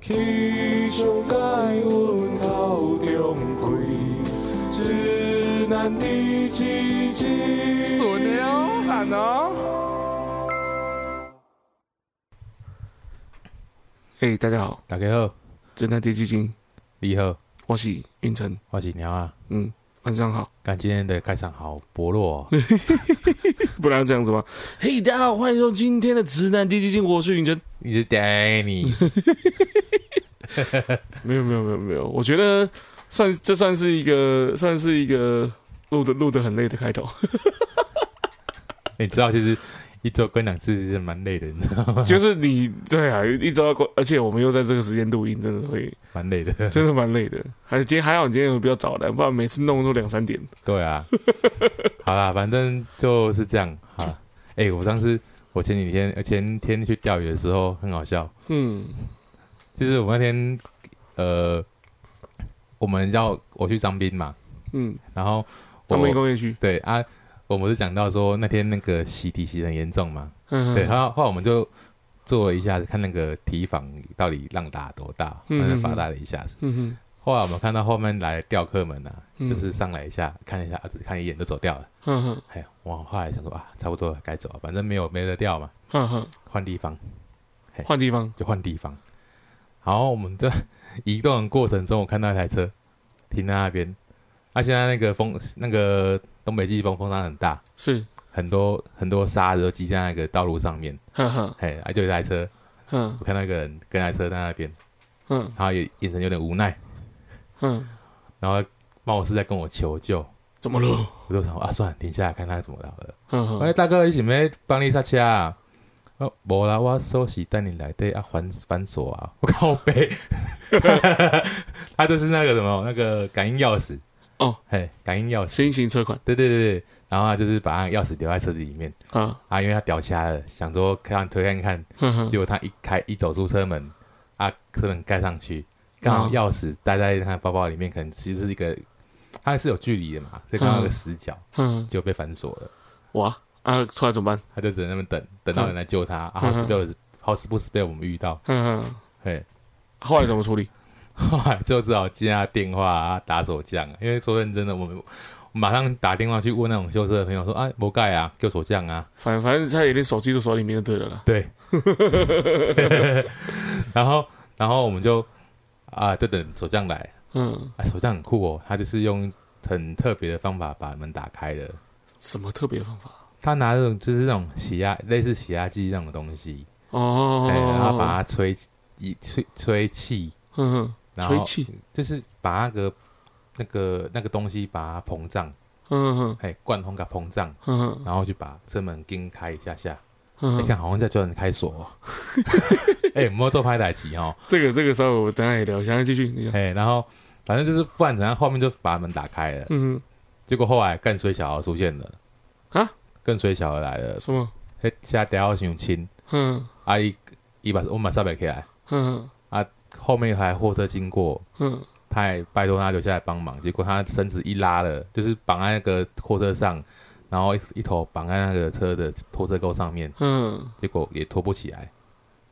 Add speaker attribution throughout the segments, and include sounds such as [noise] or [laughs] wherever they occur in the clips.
Speaker 1: 起想解阮头中开，只难知知知。
Speaker 2: 顺的哦
Speaker 1: 惨哦！
Speaker 2: 哎、大家好，
Speaker 3: 大家好，
Speaker 2: 侦探第七金，
Speaker 3: 你好，
Speaker 2: 我是运城，
Speaker 3: 我是鸟啊。
Speaker 2: 嗯，晚
Speaker 1: [laughs]
Speaker 2: 上好，
Speaker 3: 看今天的开场好薄弱、哦， [laughs]
Speaker 2: 不然要这样子吗？嘿，大家好，欢迎收听今天的直男第七金，我是运城。
Speaker 3: 你是 Dennis， [laughs]
Speaker 2: 没有没有没有没有，我觉得算这算是一个算是一个录的录的很累的开头，
Speaker 3: 你知道其实一周跟两次是蛮累的， [laughs] 你知道吗？
Speaker 2: [laughs] 就是你对啊，一周要过，而且我们又在这个时间录音，真的会
Speaker 3: 蛮累的， [laughs]
Speaker 2: 真的蛮累的。还今天还好，你今天有比较早来，不然每次弄都两三点。
Speaker 3: 对啊。好啦，反正就是这样好啦，哎、我上次我前几天呃前天去钓鱼的时候很好笑，
Speaker 2: 嗯
Speaker 3: 就是我那天呃，我们要我去当兵嘛，
Speaker 2: 嗯，
Speaker 3: 然后
Speaker 2: 他
Speaker 3: 我
Speaker 2: 们一共业区，
Speaker 3: 对啊，我们是讲到说那天那个习题习得很严重嘛，
Speaker 2: 嗯
Speaker 3: 对，，后后来我们就做了一下子，看那个提防到底浪打多大，
Speaker 2: 嗯
Speaker 3: 反
Speaker 2: 嗯
Speaker 3: 正罚
Speaker 2: 嗯
Speaker 3: 大了一下子。
Speaker 2: 嗯哼，
Speaker 3: 后来我们看到后面来钓客们啊，
Speaker 2: 嗯
Speaker 3: 就是上来一下看一下，啊只看一眼就走掉了。
Speaker 2: 哼哼
Speaker 3: 哎呀，我后来想说啊，差不多了该走了，反正没有没得钓嘛，
Speaker 2: 哼嗯哼，
Speaker 3: 换地方
Speaker 2: 换地方，
Speaker 3: 就换地方。然后我们这 [laughs] 移动的过程中，我看到一台车停在那边，啊，现在那个风那个东北季风风浪很大，
Speaker 2: 是，
Speaker 3: 很多很多沙子都积在那个道路上面，
Speaker 2: 哼嗯哼嗯
Speaker 3: 嘿，啊，就有一台车
Speaker 2: 哼嗯
Speaker 3: 我看那个人跟台车在那边，
Speaker 2: 哼嗯
Speaker 3: 他也眼神有点无奈，
Speaker 2: 哼，
Speaker 3: 然后貌似在跟我求救。
Speaker 2: 怎么了？嗯
Speaker 3: 我就想说啊，算了，停下来看他怎么了好了。
Speaker 2: 哼
Speaker 3: 喂、
Speaker 2: 哼，
Speaker 3: 大哥，你是没帮你刹车啊？哦，无啦，我手洗带你来对啊，反反锁啊， [laughs] 我靠背。他就是那个什么，那个感应钥匙
Speaker 2: 哦，
Speaker 3: 嘿，感应钥匙，
Speaker 2: 新型车款
Speaker 3: 对对对对。然后他就是把那个钥匙留在车子里面
Speaker 2: 啊，
Speaker 3: 啊，因为他掉瞎了，想说看推看看，
Speaker 2: 哼哼
Speaker 3: 结果他一开一走出车门，啊，车门盖上去，刚好钥匙待在他的包包里面，可能其实是一个，它是有距离的嘛，所以刚好有个死角，
Speaker 2: 嗯哼，
Speaker 3: 就被反锁了。
Speaker 2: 哇啊，出来怎么办？
Speaker 3: 他就只能在那边等，等到人来救他。啊，好死不死，好死不死被我们遇到，
Speaker 2: 哼嗯哼，
Speaker 3: 嘿，
Speaker 2: 后来怎么处理？ [laughs]
Speaker 3: 后来就只好接他电话啊，打手酱。因为说认真的，我们我马上打电话去问那种修车的朋友说，啊，没盖啊，给我手酱啊，
Speaker 2: 反反正他有点手机就锁在里面就对了啦。
Speaker 3: 对， [laughs] 然后然后我们就啊，就等手酱来。
Speaker 2: 嗯，
Speaker 3: 哎，手杖很酷哦，他就是用很特别的方法把门打开的。
Speaker 2: 什么特别方法？
Speaker 3: 他拿那种就是那种洗压，类似洗压剂那种东西，
Speaker 2: 哦，
Speaker 3: 哎、然后把它吹一吹吹气，
Speaker 2: 哼嗯哼，
Speaker 3: 然
Speaker 2: 吹
Speaker 3: 后
Speaker 2: 气，
Speaker 3: 就是把那个那个那个东西把它膨胀，
Speaker 2: 哼哼
Speaker 3: 哎、灌通给它膨胀，
Speaker 2: 哼哼
Speaker 3: 然后就把车门钉开一下下。
Speaker 2: 哼
Speaker 3: 你、
Speaker 2: 哼，
Speaker 3: 看，好像在叫人开锁、哦。 [laughs] 哎、我们要做拍台机哦，
Speaker 2: 这个这个稍微我等一下也聊，想要继续你讲。
Speaker 3: 哎、然后反正就是不然，然后后面就把门打开了。
Speaker 2: 嗯
Speaker 3: 结果后来更水小的出现了
Speaker 2: 啊，
Speaker 3: 更水小的来了
Speaker 2: 哼，，什么？
Speaker 3: 迄车掉到伤轻，
Speaker 2: 哼
Speaker 3: 啊伊伊把我马上摆起来，
Speaker 2: 哼
Speaker 3: 后面还货车经过，
Speaker 2: 哼
Speaker 3: 他还拜托他留下来帮忙，结果他绳子一拉了，就是绑在那个货车上，然后一一头绑在那个车的拖车钩上面，
Speaker 2: 哼，
Speaker 3: 结果也拖不起来。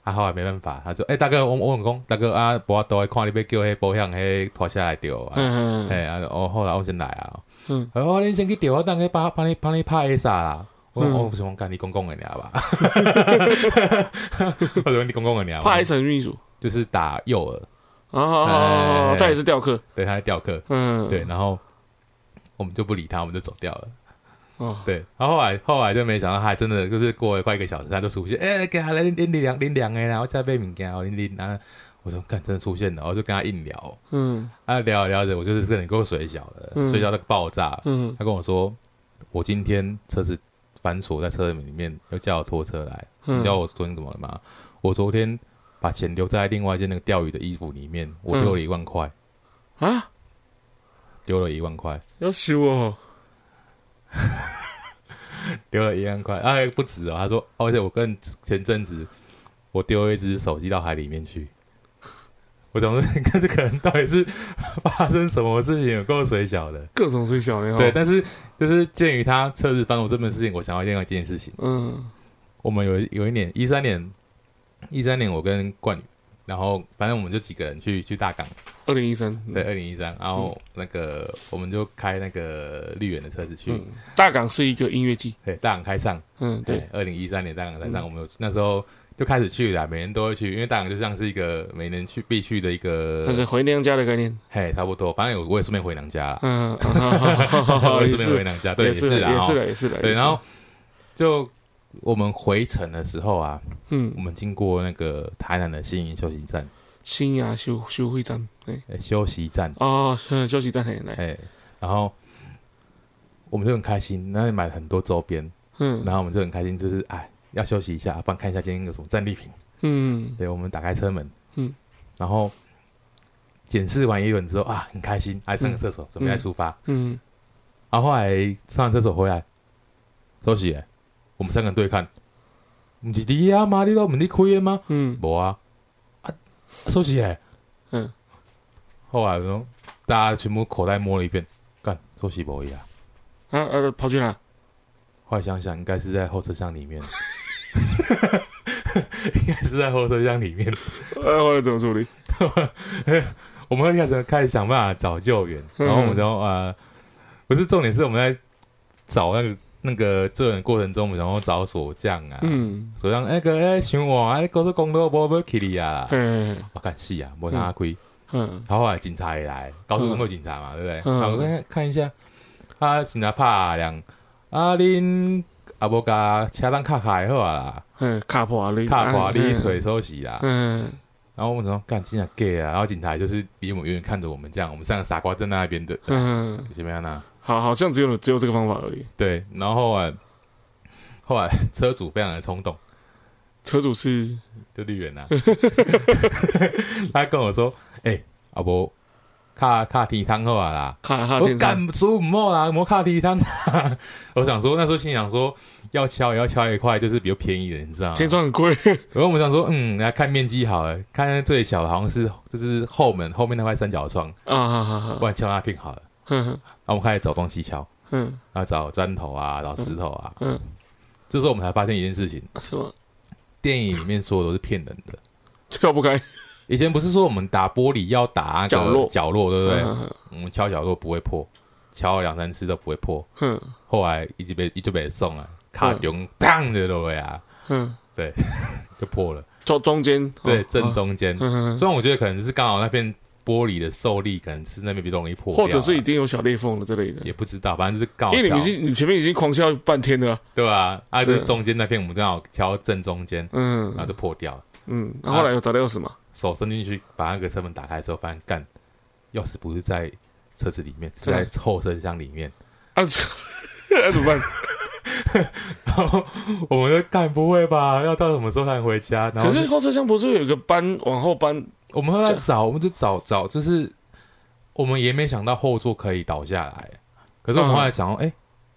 Speaker 3: 啊，后来没办法，他就哎、欸大哥，我我问讲，大哥啊，无法度的，看你要叫迄保险迄拖下来着啊，
Speaker 2: 哼
Speaker 3: 哎、啊，哦，后来我先来啊，
Speaker 2: 嗯
Speaker 3: 嗯，哦，你先去钓，我等下帮帮你帮你拍一下啦。我、
Speaker 2: 嗯
Speaker 3: 我不是讲干你公公的鸟吧？
Speaker 2: [laughs]
Speaker 3: 我说你公公的鸟，
Speaker 2: 怕 S 很运输
Speaker 3: 就是打诱饵，
Speaker 2: 哦，他也是钓客，
Speaker 3: 对，他在钓客，
Speaker 2: 嗯，
Speaker 3: 对，，然后我们就不理他，我们就走掉了。
Speaker 2: 哦，
Speaker 3: 对，然后后来后来就没想到，他还真的就是过了快一个小时，他就出现，哎、给他来拎拎两拎两哎，然后再被敏感，我拎拎啊，我说干真的出现了，我就跟他硬聊，
Speaker 2: 嗯
Speaker 3: 啊聊着聊着，我就是真的够水小了，
Speaker 2: 嗯
Speaker 3: 水小到爆炸，
Speaker 2: 嗯
Speaker 3: 他跟我说，我今天车子反锁在车里面，又叫我拖车来。
Speaker 2: 嗯
Speaker 3: 你知道我昨天怎么了吗？我昨天把钱留在另外一件那个钓鱼的衣服里面，我丢了一万块，
Speaker 2: 啊，
Speaker 3: 丢了一万块，
Speaker 2: 要死我，
Speaker 3: 丢了一万块，哎，不止哦。他说，哦而且我跟前阵子我丢了一只手机到海里面去。我想说， [laughs] 看这个人到底是发生什么事情，有够水小的。
Speaker 2: 各种最小的，
Speaker 3: 对，，但是就是鉴于他车子翻我这件事情，我想到另外一件事情。
Speaker 2: 嗯
Speaker 3: 我们有一有一年一三年，一三年我跟冠宇然后反正我们就几个人去去大港，
Speaker 2: 二零一三，嗯
Speaker 3: 对，，二零一三，然后那个我们就开那个绿园的车子去，
Speaker 2: 嗯，大港是一个音乐季，
Speaker 3: 对，大港开唱，
Speaker 2: 嗯，对，，
Speaker 3: 二零一三年大港开唱，
Speaker 2: 嗯
Speaker 3: 我们有那时候就开始去了，每年都会去，因为大港就像是一个每年去必去的一
Speaker 2: 那
Speaker 3: 个，
Speaker 2: 是回娘家的概念，
Speaker 3: 嘿，差不多，反正我我也顺便回娘家啦，
Speaker 2: 嗯，啊
Speaker 3: [laughs] 我也
Speaker 2: 也
Speaker 3: 顺便回
Speaker 2: 是，
Speaker 3: 娘家，对，
Speaker 2: 也
Speaker 3: 是
Speaker 2: 的，也
Speaker 3: 啦，
Speaker 2: 是
Speaker 3: 哦
Speaker 2: 的，也是的，
Speaker 3: 对，
Speaker 2: 也是
Speaker 3: 然后就我们回程的时候啊，我
Speaker 2: 嗯，
Speaker 3: 们经过那个台南的新营休息站，
Speaker 2: 新雅修修会站，对，
Speaker 3: 哎休息站，
Speaker 2: 哦，嗯休息站很来，
Speaker 3: 哎，然后我们就很开心，那里买了很多周边，
Speaker 2: 嗯
Speaker 3: 然后我们就很开心，就是哎要休息一下，帮看一下今天有什么战利品。
Speaker 2: 嗯，
Speaker 3: 对，我们打开车门，
Speaker 2: 嗯，
Speaker 3: 然后检视完一轮之后啊，很开心，哎上
Speaker 2: 嗯
Speaker 3: 个厕所，准备再出发。
Speaker 2: 嗯，
Speaker 3: 然后后来上完厕所回来，周喜，我们三个人对看，不是你啊吗？你都唔你开的吗？
Speaker 2: 嗯，
Speaker 3: 无啊，啊，收起来。
Speaker 2: 嗯。
Speaker 3: 后来我说，啊大家全部口袋摸了一遍，干，收起无一啊。
Speaker 2: 啊啊，跑去哪？
Speaker 3: 后来想想，应该是在后车厢里面， [laughs] 应该是在后车厢里面。 [laughs]
Speaker 2: 呃，后来怎么处理？
Speaker 3: 我们开始开始想办法找救援，
Speaker 2: 嗯
Speaker 3: 然后我们就呃，不是重点是我们在找那个那个救援过程中，我们然后找锁匠啊，
Speaker 2: 嗯，
Speaker 3: 锁匠那个哎，想我啊，高速公路无要去你啊，
Speaker 2: 哎，
Speaker 3: 我干死啊，无让他开。
Speaker 2: 嗯
Speaker 3: 然后后来警察也来，高速公路警察嘛，对不对？
Speaker 2: 嗯
Speaker 3: 然后我看看一下，啊，警察怕两啊恁啊无甲车辆卡开好啊啦，
Speaker 2: 嗯，卡破你，
Speaker 3: 卡垮你腿，休息啦。
Speaker 2: 嗯
Speaker 3: 然后我们说干真的假啊，然后警察就是离我们远远看着我们这样，我们三个傻瓜站在那边的
Speaker 2: 嗯，
Speaker 3: 怎么样呢？
Speaker 2: 好，好像只有只有这个方法而已。
Speaker 3: 对，然后后来后来车主非常的冲动，
Speaker 2: 车主是
Speaker 3: 就
Speaker 2: [laughs]
Speaker 3: 绿园啊， [laughs] 他跟我说，哎、啊无卡卡地汤好啊啦。
Speaker 2: 卡哈
Speaker 3: 我
Speaker 2: 天山，
Speaker 3: 敢说五毛啦，摩卡提汤。 [laughs] 我想说那时候心想说要敲也要敲一块，就是比较便宜的，你知道吗？
Speaker 2: 天窗很贵。 [laughs]
Speaker 3: 然后我们想说，嗯，来看面积好了，看最小的好像是就是后门后面那块三角窗，
Speaker 2: 啊，好好好
Speaker 3: 不，然敲那片好了。
Speaker 2: 嗯
Speaker 3: 然后我们开始找东西敲，
Speaker 2: 嗯
Speaker 3: 然后找砖头啊，找石头啊。
Speaker 2: 嗯，
Speaker 3: 这时候我们才发现一件事情：
Speaker 2: 什么
Speaker 3: 电影里面说的都是骗人的。
Speaker 2: 跳不开？
Speaker 3: 以前不是说我们打玻璃要打那个
Speaker 2: 角落
Speaker 3: 角落对不对？
Speaker 2: 嗯
Speaker 3: 我们敲角落不会破，敲了两三次都不会破。
Speaker 2: 嗯
Speaker 3: 后来一直被一直被送了，卡中砰的落啊，
Speaker 2: 嗯，
Speaker 3: 就破了。
Speaker 2: 中中间
Speaker 3: 对，正。中间。
Speaker 2: 哦嗯，
Speaker 3: 虽然我觉得可能是刚好那片玻璃的受力，可能是那边比较容易破掉啊，
Speaker 2: 或者是已经有小裂缝了之类的。
Speaker 3: 也不知道，反正就是刚好
Speaker 2: 因为你们已
Speaker 3: 敲，
Speaker 2: 经你前面已经狂笑半天了。
Speaker 3: 对吧？啊，就
Speaker 2: 对
Speaker 3: 是中间那片我们刚好敲正中间，然后
Speaker 2: 嗯
Speaker 3: 就破掉了。
Speaker 2: 嗯，
Speaker 3: 啊
Speaker 2: 然后后来又找到钥匙嘛？
Speaker 3: 手伸进去把那个车门打开之后，发现干钥匙不是在车子里面，是在后车厢里面。 [laughs]
Speaker 2: 啊， [laughs] 怎么办？
Speaker 3: 然后我们就干不会吧？要到什么时候才能回家？然后
Speaker 2: 可
Speaker 3: 就是
Speaker 2: 后车厢不是有一个搬往后搬？
Speaker 3: 我们后来找，我们就找找，就是我们也没想到后座可以倒下来。可是我们后来想到，哎、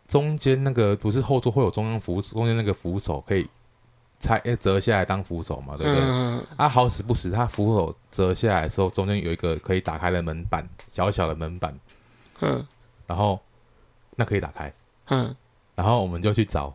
Speaker 3: 中间那个不是后座会有中央扶手，中间那个扶手可以拆诶折下来当扶手嘛，对不对？
Speaker 2: 嗯
Speaker 3: 啊，好死不死，它扶手折下来的时候，中间有一个可以打开的门板，小小的门板，
Speaker 2: 嗯
Speaker 3: 然后那可以打开，
Speaker 2: 嗯，
Speaker 3: 然后我们就去找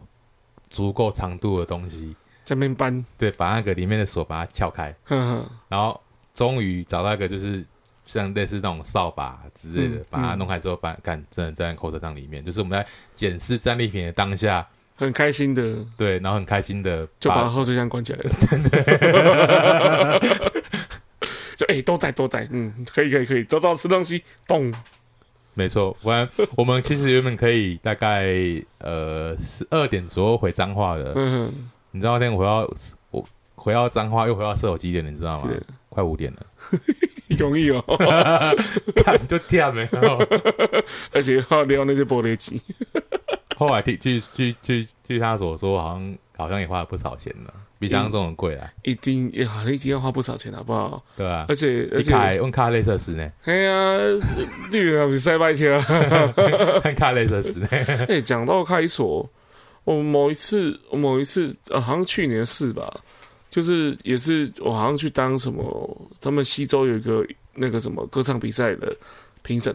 Speaker 3: 足够长度的东西，
Speaker 2: 在那边搬。
Speaker 3: 对，把那个里面的锁把它撬开。
Speaker 2: 嗯
Speaker 3: 然后终于找到一个就是像类似那种扫把之类的
Speaker 2: 嗯，
Speaker 3: 把它
Speaker 2: 嗯
Speaker 3: 弄开之后，把干真的站在口车上里面，就是我们在检视战利品的当下，
Speaker 2: 很开心的
Speaker 3: 对，然后很开心的
Speaker 2: 就把后车厢关起来
Speaker 3: [laughs]
Speaker 2: 了。就哎、都在都在，嗯，可以可以可以，走走吃东西，咚，
Speaker 3: 没错，不然我们其实原本可以大概呃十二点左右回彰化的，
Speaker 2: 嗯，
Speaker 3: 你知道那天我回到我回到彰化又回到射手几点了，你知道吗
Speaker 2: 几点？
Speaker 3: 快
Speaker 2: [laughs]
Speaker 3: 五点了，
Speaker 2: 容易哦， [laughs]
Speaker 3: 看就跳没有。
Speaker 2: 而且要撩那些玻璃机，
Speaker 3: [laughs] 后来据据据据据他所说，好像好像也花了不少钱了，比想象中很贵啊，
Speaker 2: 一定也好，一定要花不少钱，好不好？
Speaker 3: 对吧、啊？
Speaker 2: 而且而
Speaker 3: 一
Speaker 2: 且，
Speaker 3: 卡用卡雷射死
Speaker 2: [laughs]
Speaker 3: 呢，
Speaker 2: 哎呀，绿人不是塞拜车，啊
Speaker 3: 看卡雷
Speaker 2: [laughs]
Speaker 3: 射死呢。
Speaker 2: 哎、讲到开锁，我某一次，我某一次，呃，好像去年的事吧，就是也是我好像去当什么，他们西周有一个那个什么歌唱比赛的评审，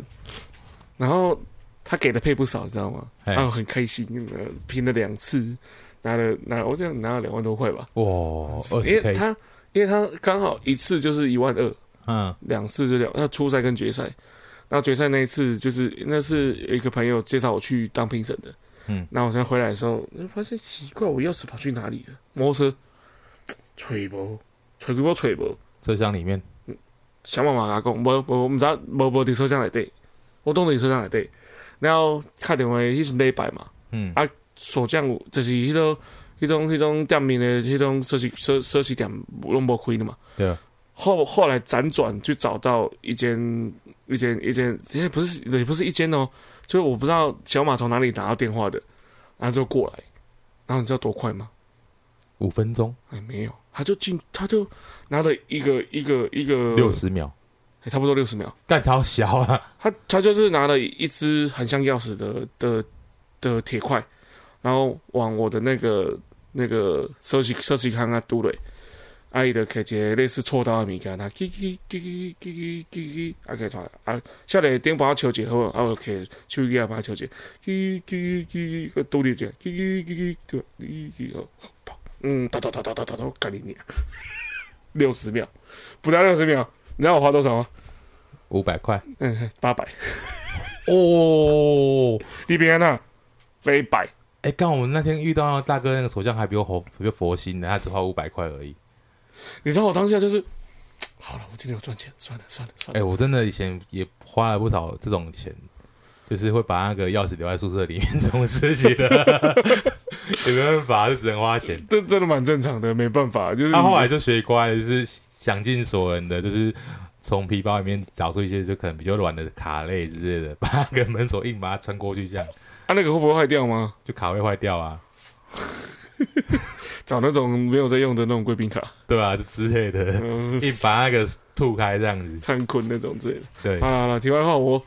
Speaker 2: 然后他给的配不少，你知道吗？
Speaker 3: 嘿
Speaker 2: 然后很开心，呃，评了两次，拿了拿，我这样拿了两万多块吧，
Speaker 3: 哇，二
Speaker 2: 因
Speaker 3: 十
Speaker 2: 为
Speaker 3: K，
Speaker 2: 他因为他刚好一次就是一万二，
Speaker 3: 嗯
Speaker 2: 两次就两，他初赛跟决赛，那决赛那一次就是那是有一个朋友介绍我去当评审的，
Speaker 3: 嗯，
Speaker 2: 那我现在回来的时候，我就发现奇怪，我钥匙跑去哪里了？摩托车，吹不，吹不吹不，
Speaker 3: 车厢里面，
Speaker 2: 小妈妈阿公，无无毋知无无伫车厢内底，我挡伫车厢内底，然后敲电话迄是礼拜嘛，
Speaker 3: 嗯
Speaker 2: 啊锁匠有就是迄、种迄种迄种店面的迄种奢侈奢奢侈店拢无开的嘛。
Speaker 3: 对啊。
Speaker 2: 后后来辗转去找到一间一间一间，也不是也不是一间哦，就是我不知道小马从哪里打到电话的，然后就过来，然后你知道多快吗？
Speaker 3: 五分钟
Speaker 2: 哎，没有，他就进，他就拿了一个一个一个
Speaker 3: 六，十秒，
Speaker 2: 哎差不多六十秒，
Speaker 3: 干超小啊，
Speaker 2: 他他就是拿了一只很像钥匙的的的铁块，然后往我的那个那个收起收起看看嘟嘞，阿姨的开个类似锉刀的物件，他叽叽叽叽叽叽叽叽，啊开出来啊，下来顶帮我求解后，啊我开手机啊帮我求解，叽叽叽叽个嘟里去，叽叽叽叽嘟叽叽哦，嗯，哒哒哒哒哒哒哒，干你娘，六十秒，不到六十秒，你知道我花多少吗？
Speaker 3: 五百块
Speaker 2: 嗯，八百。
Speaker 3: 哦。
Speaker 2: 你别那飞百，
Speaker 3: 哎，刚我们那天遇到大哥那个手相还比我佛比我佛心呢，他只花五百块而已。
Speaker 2: 你知道我当下就是，好了，我今天有赚钱，算了算了算
Speaker 3: 哎，
Speaker 2: 了，
Speaker 3: 我真的以前也花了不少这种钱，就是会把那个钥匙留在宿舍里面这种事
Speaker 2: [laughs]
Speaker 3: 情的，也没办法，就只能花钱。
Speaker 2: 这真的蛮正常的，没办法，就是
Speaker 3: 他后来就学乖了，就是想尽所能的，就是从皮包里面找出一些就可能比较软的卡类之类的，把那个门锁硬把它穿过去，这样
Speaker 2: 啊那个会不会坏掉吗？
Speaker 3: 就卡会坏掉啊，
Speaker 2: 找那种没有在用的那种贵宾卡，
Speaker 3: 对吧、啊？就之类的，
Speaker 2: [laughs] 嗯，
Speaker 3: 硬把那个吐开这样子，
Speaker 2: 灿坤那种之类的。
Speaker 3: 对
Speaker 2: 好，了好了，题外话，我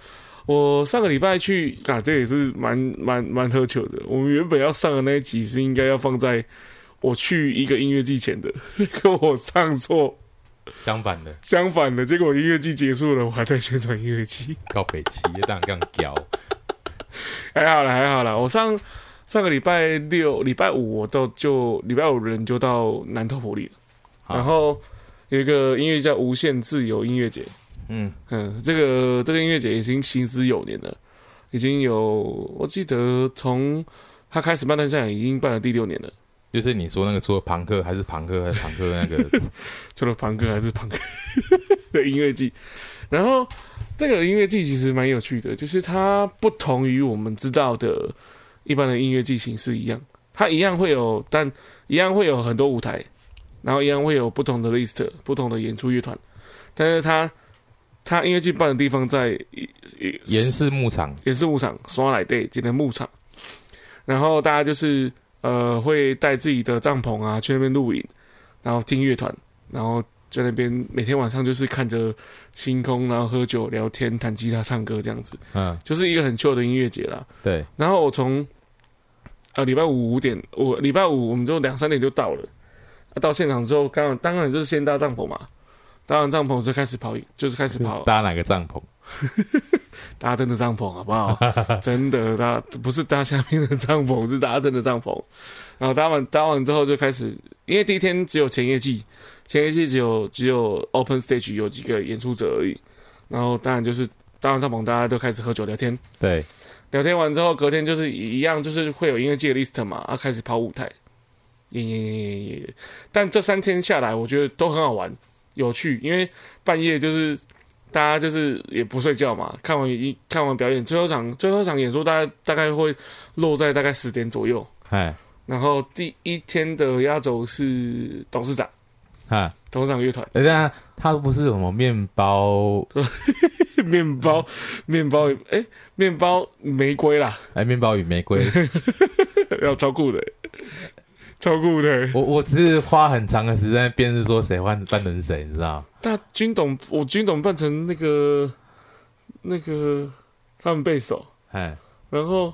Speaker 2: 我上个礼拜去啊，这也是蛮蛮蛮喝酒的。我们原本要上的那一集是应该要放在我去一个音乐季前的，结果我上错，
Speaker 3: 相反的
Speaker 2: 相反的，结果音乐季结束了，我还在宣传音乐季。
Speaker 3: 靠北齐当然更屌，
Speaker 2: 还好啦，还好啦。我上上个礼拜六、礼拜五我都就礼拜五人就到南投埔里了，
Speaker 3: 好
Speaker 2: 然后有一个音乐叫无限自由音乐节，
Speaker 3: 嗯，
Speaker 2: 嗯，这个这个音乐节已经行之有年了，已经有我记得从他开始办到现在已经办了第六年了，
Speaker 3: 就是你说那个除了庞克还是庞克还是庞克那个，
Speaker 2: 除了庞哥还是 [laughs] 庞哥的音乐季，然后这个音乐季其实蛮有趣的，就是它不同于我们知道的一般的音乐季形式一样，它一样会有，但一样会有很多舞台，然后一样会有不同的 list、不同的演出乐团，但是它它音乐季办的地方在呃一一
Speaker 3: 岩式牧场，
Speaker 2: 也是牧场，刷来对，今天牧场。然后大家就是呃会带自己的帐篷啊去那边露营，然后听乐团，然后在那边每天晚上就是看着星空，然后喝酒、聊天、弹吉他、唱歌这样子，
Speaker 3: 嗯，
Speaker 2: 就是一个很 chill 的音乐节啦。
Speaker 3: 对，
Speaker 2: 然后我从呃礼拜五五点，我礼拜五我们就两三点就到了。啊到现场之后，刚好当然就是先搭帐篷嘛，搭完帐篷就开始跑，就是开始跑
Speaker 3: 搭哪个帐篷？
Speaker 2: 搭真的帐篷好不好？真的搭不是搭下面的帐篷，是搭真的帐篷。然后搭完搭完之后就开始，因为第一天只有前夜季，前夜季只有只有 open stage 有几个演出者而已。然后当然就是搭完帐篷，大家都开始喝酒聊天。
Speaker 3: 对，
Speaker 2: 聊天完之后，隔天就是一样，就是会有音乐季的 list 嘛，啊，开始跑舞台，耶耶耶耶耶耶。但这三天下来，我觉得都很好玩、有趣，因为半夜就是大家就是也不睡觉嘛，看完一看完表演，最后场最后场演出大概大概会落在大概十点左右。
Speaker 3: 哎，
Speaker 2: 然后第一天的压轴是董事长，
Speaker 3: 哈，
Speaker 2: 董事长乐团，
Speaker 3: 人家哎他不是什么面包，
Speaker 2: [laughs] 面包面包，哎，面包玫瑰 [laughs] 啦，
Speaker 3: 哎，面包与玫瑰，
Speaker 2: 要超酷的，超酷的。
Speaker 3: [laughs] 我我只是花很长的时间辨识说谁换扮成谁，你知道？
Speaker 2: 那军董，我军董扮成那个那个他们贝手，
Speaker 3: 哎，
Speaker 2: 然后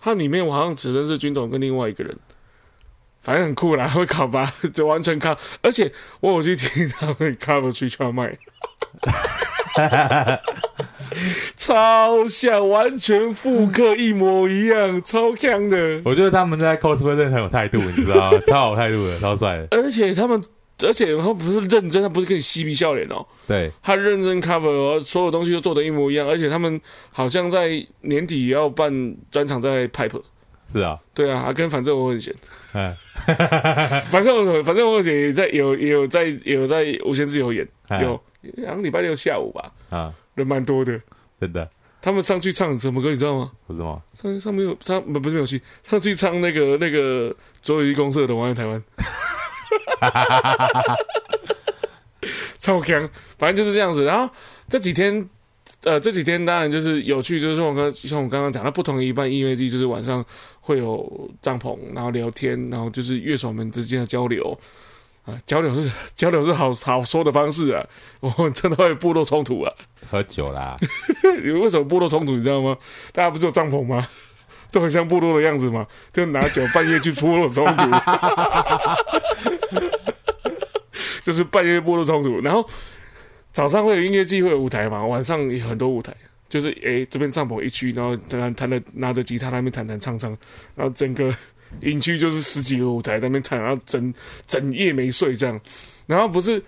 Speaker 2: 他里面我好像只认识军董跟另外一个人，反正很酷啦，会 [laughs] 考吧，就完全靠，而且我有去听他们 cover 去唱麦， [laughs] 超像，完全复刻一模一样，超像的。 [laughs]
Speaker 3: 我觉得他们在 cosplay 真的很有态度，你知道吗？超有态度的，超帅的。
Speaker 2: 而且他们而且他不是认真，他不是跟你嬉皮笑脸哦，
Speaker 3: 对，
Speaker 2: 他认真 cover，哦所有东西都做的一模一样，而且他们好像在年底也要办专场在 Pipe。
Speaker 3: 是啊，
Speaker 2: 对啊，啊跟反正我很闲，
Speaker 3: 嗯，
Speaker 2: 反正我反正我也在有也有在也有在无限自由演，
Speaker 3: 哎
Speaker 2: 有好像礼拜六下午吧，
Speaker 3: 啊，
Speaker 2: 人蛮多的。
Speaker 3: 真的
Speaker 2: 他们上去唱什么歌你知道吗？
Speaker 3: 不是吗？
Speaker 2: 上上面有他不不是没有戏，上去唱那个那个左有一公社的《我爱台湾》， [laughs] 超强，反正就是这样子。然后这几天，呃，这几天当然就是有趣，就是我刚像我刚刚讲的，不同的一半音乐季就是晚上会有帐篷，然后聊天，然后就是乐手们之间的交流。啊、交流是交流是好好说的方式啊，我们真的会有部落冲突啊。
Speaker 3: 喝酒
Speaker 2: [laughs]
Speaker 3: 啦，
Speaker 2: 你为什么部落冲突？你知道吗？大家不是有帐篷吗？ [laughs] 都很像部落的样子嘛，就拿酒半夜去部落冲突， [laughs] 就是半夜部落冲突。然后早上会有音乐季，会有舞台嘛，晚上也很多舞台，就是诶、这边帐篷一区，然后弹弹的拿着吉他那边弹弹唱唱，然后整个营区就是十几个舞台在那边弹，然后整整夜没睡这样。然后不是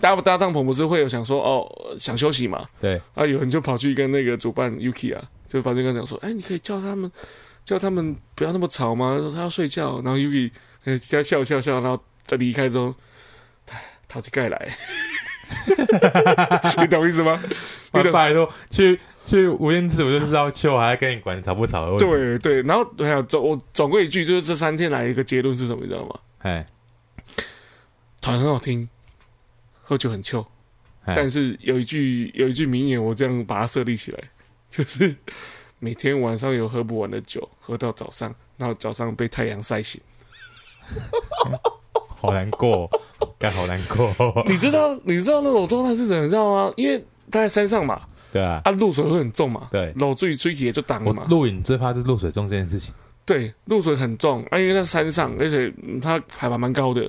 Speaker 2: 搭不搭帐篷，不是会有想说哦想休息嘛，
Speaker 3: 对，
Speaker 2: 啊，有人就跑去跟那个主办 Yuki 啊，就跑去跟他讲说，哎，你可以叫他们，叫他们不要那么吵吗？说他要睡觉。然后 Yuki 呃，这样笑笑笑，然后再离开之后，唉淘气盖来， [laughs] 你懂意思吗？你懂
Speaker 3: 啊拜托去去吴彦祖就知道秀，还跟你管吵不吵的问题，
Speaker 2: 对对，然后还有总我总归一句，就是这三天来一个结论是什么，你知道吗？
Speaker 3: 哎，
Speaker 2: 团很好听，喝酒很臭，
Speaker 3: 哎
Speaker 2: 但是有一句有一句名言，我这样把它设立起来， [laughs] 就是每天晚上有喝不完的酒，喝到早上，然后早上被太阳晒醒。
Speaker 3: 好难
Speaker 2: [laughs]
Speaker 3: 过，该好难过，
Speaker 2: 你知道你知道那种状态是怎么你知道吗？因为他在山上嘛，
Speaker 3: 对啊，
Speaker 2: 啊露水会很重嘛，
Speaker 3: 对
Speaker 2: 露水吹起也就挡了
Speaker 3: 我
Speaker 2: 嘛，
Speaker 3: 录影最怕是露水中这件事情，
Speaker 2: 对，露水很重啊，因为在山上，而且嗯它海拔蛮高的，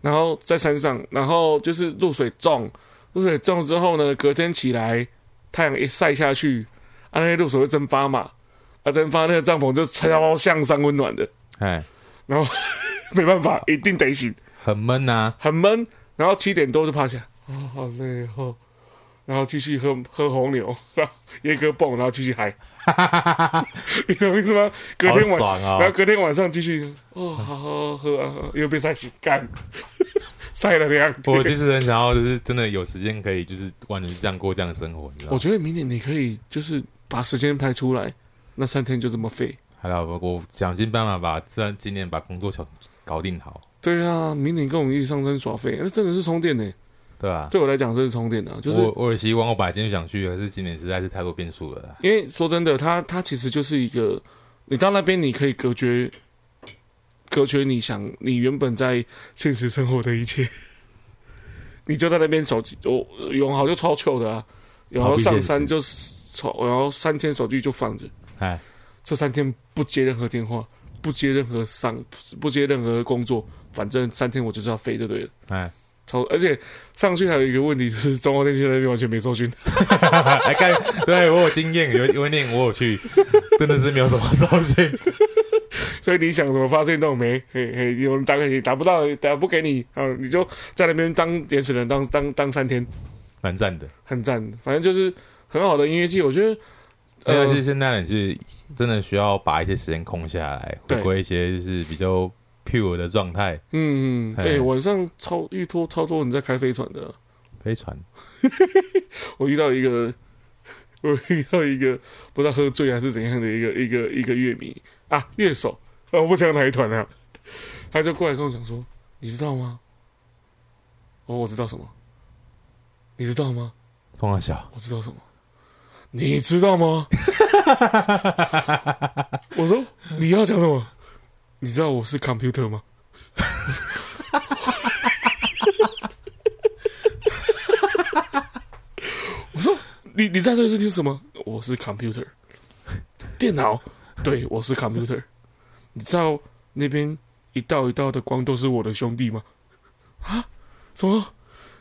Speaker 2: 然后在山上，然后就是露水重，露水重之后呢，隔天起来太阳一晒下去，啊，那些露水会蒸发嘛，啊，蒸发那个帐篷就超像三温暖的，
Speaker 3: 哎，
Speaker 2: 没办法，一定得醒，
Speaker 3: 很闷啊呐，
Speaker 2: 很闷，然后七点多就趴下，啊、好累哦，然后继续喝喝红牛， [laughs] 然后椰哥蹦，然后继续嗨，你懂意思吗？隔
Speaker 3: 好
Speaker 2: 天晚
Speaker 3: 爽
Speaker 2: 然后
Speaker 3: 哦，
Speaker 2: 隔天晚上继续，哦，好好喝啊，又被晒洗 [laughs] 干，晒了两
Speaker 3: [laughs] 我
Speaker 2: 天。
Speaker 3: 其实很想要，就是真的有时间可以，就是完全这样过这样的生活，你知道
Speaker 2: 我
Speaker 3: 吗？
Speaker 2: 觉得明年你可以就是把时间排出来，那三天就这么废。
Speaker 3: 还好，我我想尽办法把这今年把工作小搞定好，
Speaker 2: 对啊，明年跟我们一起上山耍废，那真的是充电呢、
Speaker 3: 对吧？
Speaker 2: 对我来讲，这是充电的、啊，就是
Speaker 3: 我我也希望我本来今天想去，可是今年实在是太多变数了啦。
Speaker 2: 因为说真的，它它其实就是一个，你到那边你可以隔绝，隔绝你想你原本在现实生活的一切，你就在那边手机，我永豪就超糗的啊，永豪上山就手，然后三天手机就放着，
Speaker 3: 哎，
Speaker 2: 这三天不接任何电话，不接任何上，不接任何工作，反正三天我就是要飞就对了。 [laughs]
Speaker 3: 哎，
Speaker 2: 超，而且上去还有一个问题，就是中华电信那边完全没收讯，
Speaker 3: 哎，该对我有经验，有有念我有去，真的是没有什么
Speaker 2: [laughs]
Speaker 3: 收讯。
Speaker 2: 所以你想怎么发现都没，嘿嘿，有人打给你打不到，打不给你，啊，你就在那边当原始人当当当三天，
Speaker 3: 蛮赞的。
Speaker 2: 很赞，反正就是很好的音乐季，我觉得，
Speaker 3: 而且
Speaker 2: 呃，
Speaker 3: 是现在你是真的需要把一些时间空下来，
Speaker 2: 对
Speaker 3: 回归一些就是比较 pure 的状态。
Speaker 2: 嗯，哎、
Speaker 3: 哎
Speaker 2: 晚上超遇托超多人在开飞船的，
Speaker 3: 飞船
Speaker 2: 我遇到一个， [laughs] 我遇到一个不知道喝醉还是怎样的一个一个一个乐迷啊，乐手，啊，我不讲哪一团啊，他就过来跟我讲说，你知道吗？哦，我知道什么？你知道吗？
Speaker 3: 冲了小，
Speaker 2: 我知道什么？你知道吗？我说你要讲什么？你知道我是 computer 吗？我说你你在这里是听什么？我是 computer 电脑，对我是 computer。你知道那边一道一道的光都是我的兄弟吗？啊？什么？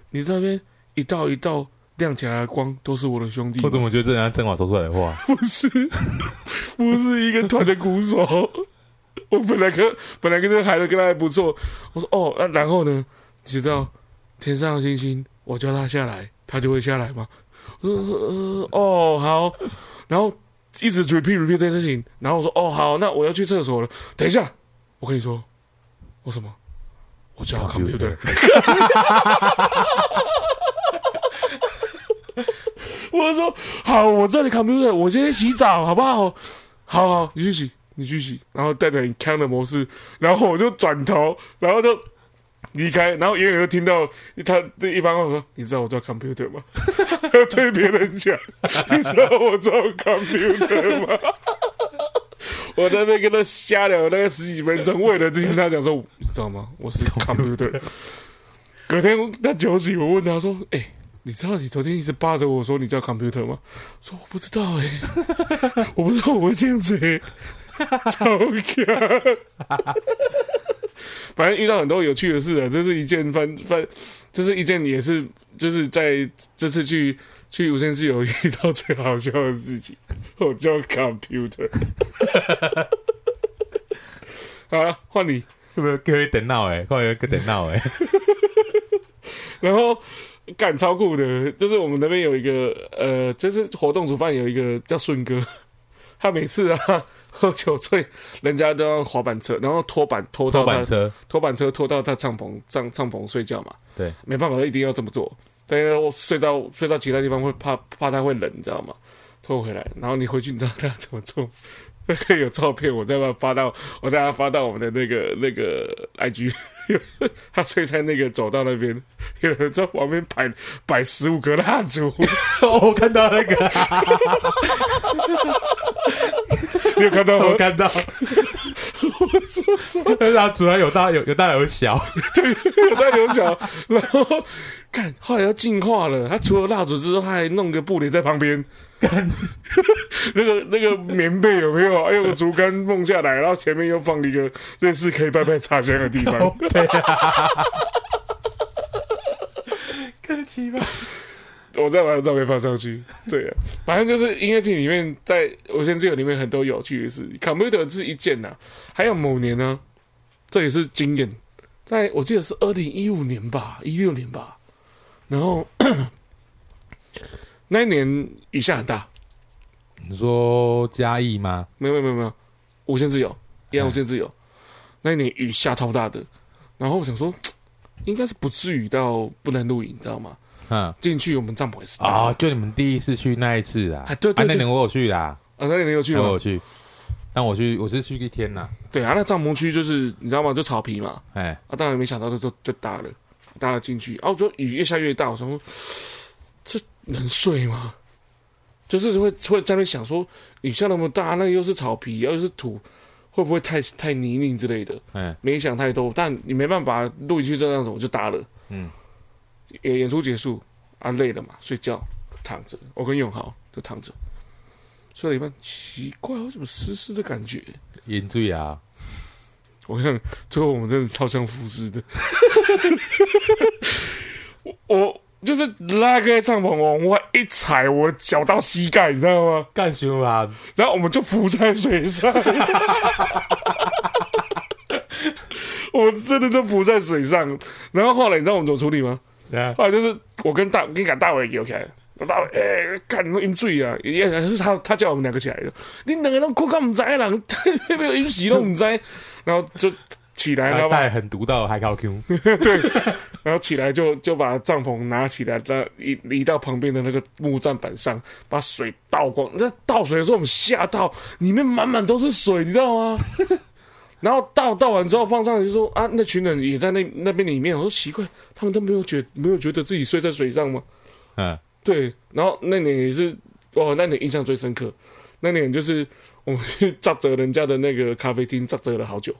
Speaker 2: 你那边一道一道亮起来的光都是我的兄弟吗
Speaker 3: 我怎么觉得这人家正华说出来的话？
Speaker 2: 不是 [laughs] 不是一个团的鼓手。我本来跟本来跟这个孩子跟他还不错，我说哦、啊，然后呢？知道天上的星星，我叫它下来，它就会下来吗？我说呃哦好，然后一直 repeat repeat 这件事情，然后我说哦好，那我要去厕所了，等一下，我跟你说，我什么？我叫 computer， [laughs]
Speaker 3: Computer
Speaker 2: 我说好，我叫你 computer，我先去洗澡好不好？好好，你去洗，你去洗，然后带着你腔的模式，然后我就转头，然后就离开，然后远远就听到他这一方跟我说：“你知道我叫 computer 吗？”对别人讲，你知道我叫 computer 吗？我在那边跟他瞎聊那个十几分钟，为了听他讲说，你知道吗？我是 computer。隔天他酒醒，我问他说：“哎、你知道你昨天一直扒着我说你叫 computer 吗？”说我不知道哎、我不知道我会这样子、欸，超强。反正遇到很多有趣的事啊，这是一件翻翻，这是一件也是就是在这次去去无限自由遇到最好笑的事情。 [laughs] 我叫 computer。好了，换你。
Speaker 3: [laughs] 有没有各位等闹哎？快有个等闹 [laughs] 哎！
Speaker 2: 然后干超酷的，就是我们那边有一个呃，就是活动主办有一个叫顺哥，他每次啊 [laughs] 喝酒醉，人家都要滑板车，然后拖板拖到
Speaker 3: 拖
Speaker 2: 他
Speaker 3: 板车，
Speaker 2: 拖板车拖到他帐篷帐帐篷睡觉嘛。
Speaker 3: 对，
Speaker 2: 没办法，一定要这么做。但是我睡到睡到其他地方会怕怕他会冷，你知道吗？拖回来，然后你回去，你知道他怎么做？ [laughs] 那个有照片，我再把它发到我再把它发到我们的那个那个 IG。他睡在那个走道那边，有人在旁边摆摆十五个蜡烛，
Speaker 3: [laughs] 哦，我看到那个， [laughs]
Speaker 2: 你有看到
Speaker 3: [laughs] 我
Speaker 2: 吗？
Speaker 3: 看到，
Speaker 2: 我说说，
Speaker 3: 那主要有大有有大有小， [laughs]
Speaker 2: [laughs] 对，有在刘晓，然后看后来要进化了，他除了蜡烛之后，他还弄个布帘在旁边， [laughs] 那个那个棉被有没有？还有个竹竿弄下来，然后前面又放一个类似可以拜拜插香的地方，
Speaker 3: 看奇葩，
Speaker 2: 我再把照片放上去。对啊，反正就是音乐剧里面，在《我先自由》里面很多有趣的事，computer 是一件呐、啊还有某年呢、这也是经典，在我记得是二零一五年吧，一六年吧，然后 [clears throat] 那一年雨下很大，
Speaker 3: 你说嘉义吗？
Speaker 2: 没有没有没有没有，无限自由，一样无限自由。那一年雨下超大的，然后我想说，应该是不至于到不能露营，你知道吗？
Speaker 3: 嗯，
Speaker 2: 进去我们帐篷也是大
Speaker 3: 哦，
Speaker 2: 啊，
Speaker 3: 就你们第一次去那一次啊
Speaker 2: 啊，对对
Speaker 3: 那
Speaker 2: 对
Speaker 3: 年我有去啦，
Speaker 2: 啊那一年有去
Speaker 3: 那我
Speaker 2: 吗
Speaker 3: 有？去，但我去我是去一天呐，
Speaker 2: 对啊，那帐篷区就是你知道吗？就草皮嘛，
Speaker 3: 哎，
Speaker 2: 啊，当然没想到就就就搭了，搭了进去，啊，我觉得雨越下越大，我想说这能睡吗？就是会会在那边想说，雨下那么大，那又是草皮，又是土，会不会太太泥泞之类的？
Speaker 3: 嗯，
Speaker 2: 没想太多，但你没办法，录一句就这样子，我就搭了。
Speaker 3: 嗯，
Speaker 2: 演演出结束啊，累了嘛，睡觉躺着。我跟永豪就躺着，睡了一半，奇怪，我怎么湿湿的感觉？
Speaker 3: 眼醉啊，
Speaker 2: 我看最后我们真的超像复制的。我我就是拉开帐篷往外一踩，我脚到膝盖，你知道吗？
Speaker 3: 干修啊， [laughs]
Speaker 2: 然后我们就浮在水上，我真的就浮在水上。然后后来你知道我们怎么处理吗？
Speaker 3: 啊
Speaker 2: 后来就是我跟大，我跟你讲大伟游起来，我大伟哎，干你饮醉啊，也也是他他叫我们两个起来的，你两个都哭到唔知啦， [laughs] 没有饮洗都唔知，然后就起来，然后
Speaker 3: 啊
Speaker 2: 把
Speaker 3: 带很独到的海高 [laughs] Q，
Speaker 2: 然后起来就就把帐篷拿起来，那移移到旁边的那个木栈板上，把水倒光。那倒水的时候我们吓到，里面满满都是水，你知道吗？ [laughs] 然后倒倒完之后放上来就说啊，那群人也在那那边里面。我说奇怪，他们都没有觉没有觉得自己睡在水上吗？
Speaker 3: 嗯，
Speaker 2: 对，然后那年也是，哦，那年印象最深刻。那年就是我们去 [laughs] 炸折人家的那个咖啡厅，炸折了好久。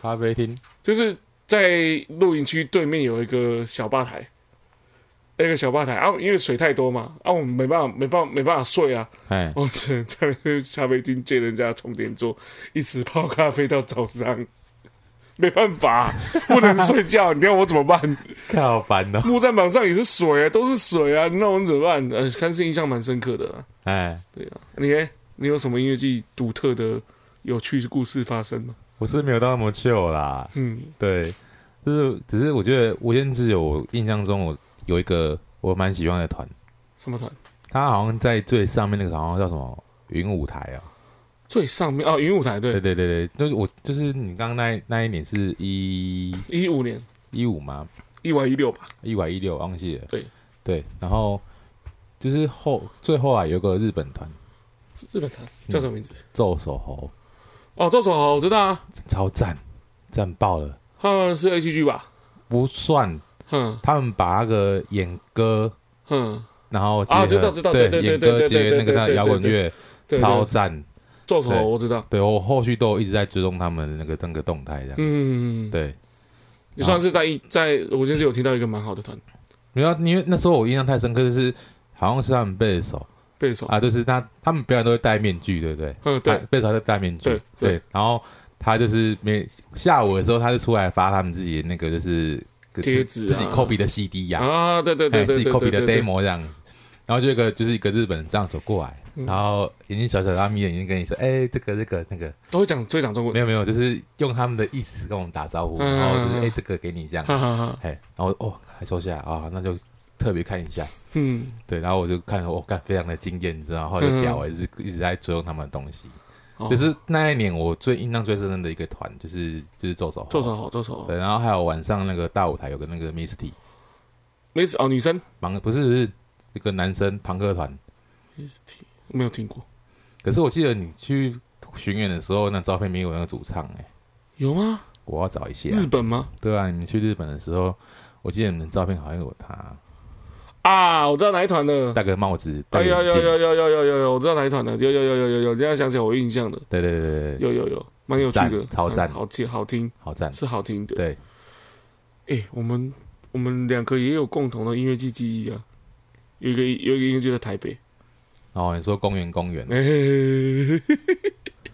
Speaker 3: 咖啡厅，
Speaker 2: 就是在露营区对面有一个小吧台，那个小吧台啊，因为水太多嘛，啊，我们没办法，没办法，没办法睡啊， [laughs]
Speaker 3: 哎，
Speaker 2: 我们只能在那个咖啡厅借人家充电座，一直泡咖啡到早上。 [laughs] 没办法，啊不能睡觉，你 [laughs] 让我怎么办？
Speaker 3: 看好烦哦，
Speaker 2: 木栈板上也是水啊，都是水啊，你让我怎么办？呃，但是印象蛮深刻的、啊。
Speaker 3: 哎。
Speaker 2: 对啊，你呢你有什么音乐季独特的有趣故事发生吗？
Speaker 3: 我是没有到那么旧啦，
Speaker 2: 嗯，
Speaker 3: 对，就是只是我觉得无间之友，我印象中我有一个我蛮喜欢的团，
Speaker 2: 什么团？
Speaker 3: 他好像在最上面那个好像叫什么云舞台啊，
Speaker 2: 最上面哦，云舞台
Speaker 3: 对
Speaker 2: 对，
Speaker 3: 对对对，就是我就是你刚刚那一那一年是一
Speaker 2: 一五年
Speaker 3: 一五吗？
Speaker 2: 一晚一六吧，
Speaker 3: 一五一六忘记了，
Speaker 2: 对
Speaker 3: 对，然后就是后最后啊有个日本团
Speaker 2: 日本团叫什么名字？
Speaker 3: 咒手猴，
Speaker 2: 哦，周手豪我知道啊，
Speaker 3: 超赞赞爆了，
Speaker 2: 他们是 H G 吧？
Speaker 3: 不算
Speaker 2: 哼
Speaker 3: 他们把那个演歌。
Speaker 2: 哼，
Speaker 3: 然后结合
Speaker 2: 啊知道知道对对对
Speaker 3: 演
Speaker 2: 对
Speaker 3: 歌
Speaker 2: 对
Speaker 3: 结
Speaker 2: 对
Speaker 3: 那个
Speaker 2: 对
Speaker 3: 他
Speaker 2: 对
Speaker 3: 摇滚
Speaker 2: 对对
Speaker 3: 乐
Speaker 2: 对，
Speaker 3: 超
Speaker 2: 对
Speaker 3: 赞，
Speaker 2: 周手豪
Speaker 3: 对
Speaker 2: 我知道，
Speaker 3: 对我后续都有一直在追踪他们的那个那个动态这样，
Speaker 2: 嗯，
Speaker 3: 对，
Speaker 2: 也算是在一在我今天是有听到一个蛮好的团
Speaker 3: 没有啊，因为那时候我印象太深刻，就是好像是他们贝斯手
Speaker 2: 贝手，
Speaker 3: 啊，就是他他们表演都会戴面具，对不对？
Speaker 2: 嗯，对
Speaker 3: 啊，贝斯手在戴面具
Speaker 2: 对，对
Speaker 3: 对，然后他就是每下午的时候，他就出来发他们自己的那个就是
Speaker 2: 贴
Speaker 3: 自
Speaker 2: 纸啊
Speaker 3: 自己 copy 的 CD 呀，
Speaker 2: 啊，对对对
Speaker 3: 哎自
Speaker 2: 对
Speaker 3: 己
Speaker 2: 对
Speaker 3: copy
Speaker 2: 对
Speaker 3: 的
Speaker 2: 对对，
Speaker 3: demo 这样子。然后就一个就是一个日本人这样走过来，
Speaker 2: 嗯
Speaker 3: 然后眼睛小小的，他眯着眼睛跟你说：“哎，这个这个那个。”
Speaker 2: 都会讲，都会讲中文
Speaker 3: 没，有没有，就是用他们的意思跟我们打招呼，
Speaker 2: 嗯
Speaker 3: 然后就是哎、这个给你这样，
Speaker 2: 哈哈哈，
Speaker 3: 哎，然后哦还收下来啊，那就特别看一下，
Speaker 2: 嗯，
Speaker 3: 对，然后我就看了，我、看非常的惊艳，你知道吗，后来就屌、欸，就是一直在追踪他们的东西，
Speaker 2: 哦
Speaker 3: 就，是那一年我最印象最深的一个团就是就是做手，
Speaker 2: 周手豪，周手豪，
Speaker 3: 对，然后还有晚上那个大舞台有个那个 Misty，
Speaker 2: 没事哦，女生
Speaker 3: 忙不是是一个男生朋克团，
Speaker 2: 没有听过，
Speaker 3: 可是我记得你去巡演的时候，那照片没有那个主唱哎、
Speaker 2: 有吗？
Speaker 3: 我要找一下，
Speaker 2: 日本吗？
Speaker 3: 对啊，你们去日本的时候，我记得你们照片好像有他，
Speaker 2: 啊，我知道哪一团了。
Speaker 3: 戴个帽子，戴
Speaker 2: 哎
Speaker 3: 个
Speaker 2: 有
Speaker 3: 眼
Speaker 2: 有
Speaker 3: 镜，
Speaker 2: 有有有有有有，我知道哪一团了，有有有有有有，这样想起来我有印象的，
Speaker 3: 对对对对对，
Speaker 2: 有有有，蛮有趣的，
Speaker 3: 赞超赞
Speaker 2: 嗯好听好听
Speaker 3: 好赞，
Speaker 2: 是好听的。
Speaker 3: 对，
Speaker 2: 哎，我们我们两个也有共同的音乐季记忆啊，有一个有一个音乐季在台北， [laughs]
Speaker 3: 然哦后你说公园公园，
Speaker 2: 哎嘿嘿嘿
Speaker 3: 你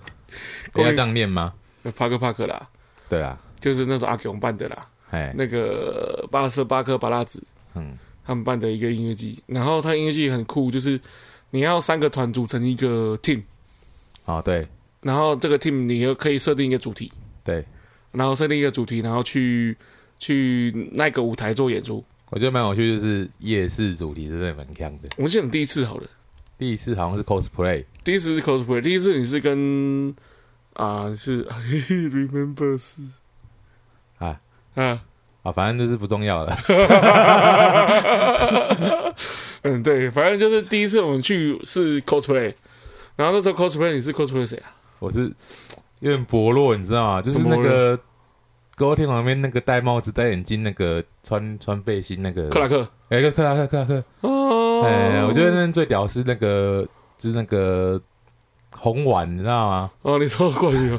Speaker 2: 公
Speaker 3: 要
Speaker 2: 园
Speaker 3: 这样念吗？
Speaker 2: 嘿帕克帕克啦，
Speaker 3: 对啊，
Speaker 2: 就是那时候阿勇办的啦，
Speaker 3: 哎，
Speaker 2: 那个巴瑟巴克巴拉子
Speaker 3: 嗯，
Speaker 2: 他们办的一个音乐季，然后他音乐季很酷，就是你要三个团组成一个 team，
Speaker 3: 哦对
Speaker 2: 然后这个 team 你又可以设定一个主题，
Speaker 3: 对，
Speaker 2: 然后设定一个主题，然后去去那个舞台做演出。
Speaker 3: 我觉得蛮有趣，就是夜市主题真的蛮强的。
Speaker 2: 我们先讲第一次好了，
Speaker 3: 第一次好像是 cosplay，
Speaker 2: 第一次是 cosplay，第一次你是跟啊、你是 [laughs] remember 是
Speaker 3: 啊
Speaker 2: 啊， [laughs]
Speaker 3: 啊，反正就是不重要了。 [laughs]
Speaker 2: 嗯对，反正就是第一次我们去是 cosplay，然后那时候 cosplay 你是 cosplay 谁啊？
Speaker 3: 我是有点薄弱，你知道吗？就是
Speaker 2: 什
Speaker 3: 那
Speaker 2: 么
Speaker 3: 个歌厅旁边那个戴帽子、戴眼镜、那个穿穿背心那个
Speaker 2: 克，拉克
Speaker 3: 哎，克拉克克拉克。
Speaker 2: 哦，
Speaker 3: 哎，我觉得那最屌是那个，就是那个红丸，你知道吗？
Speaker 2: 哦，你说过没有？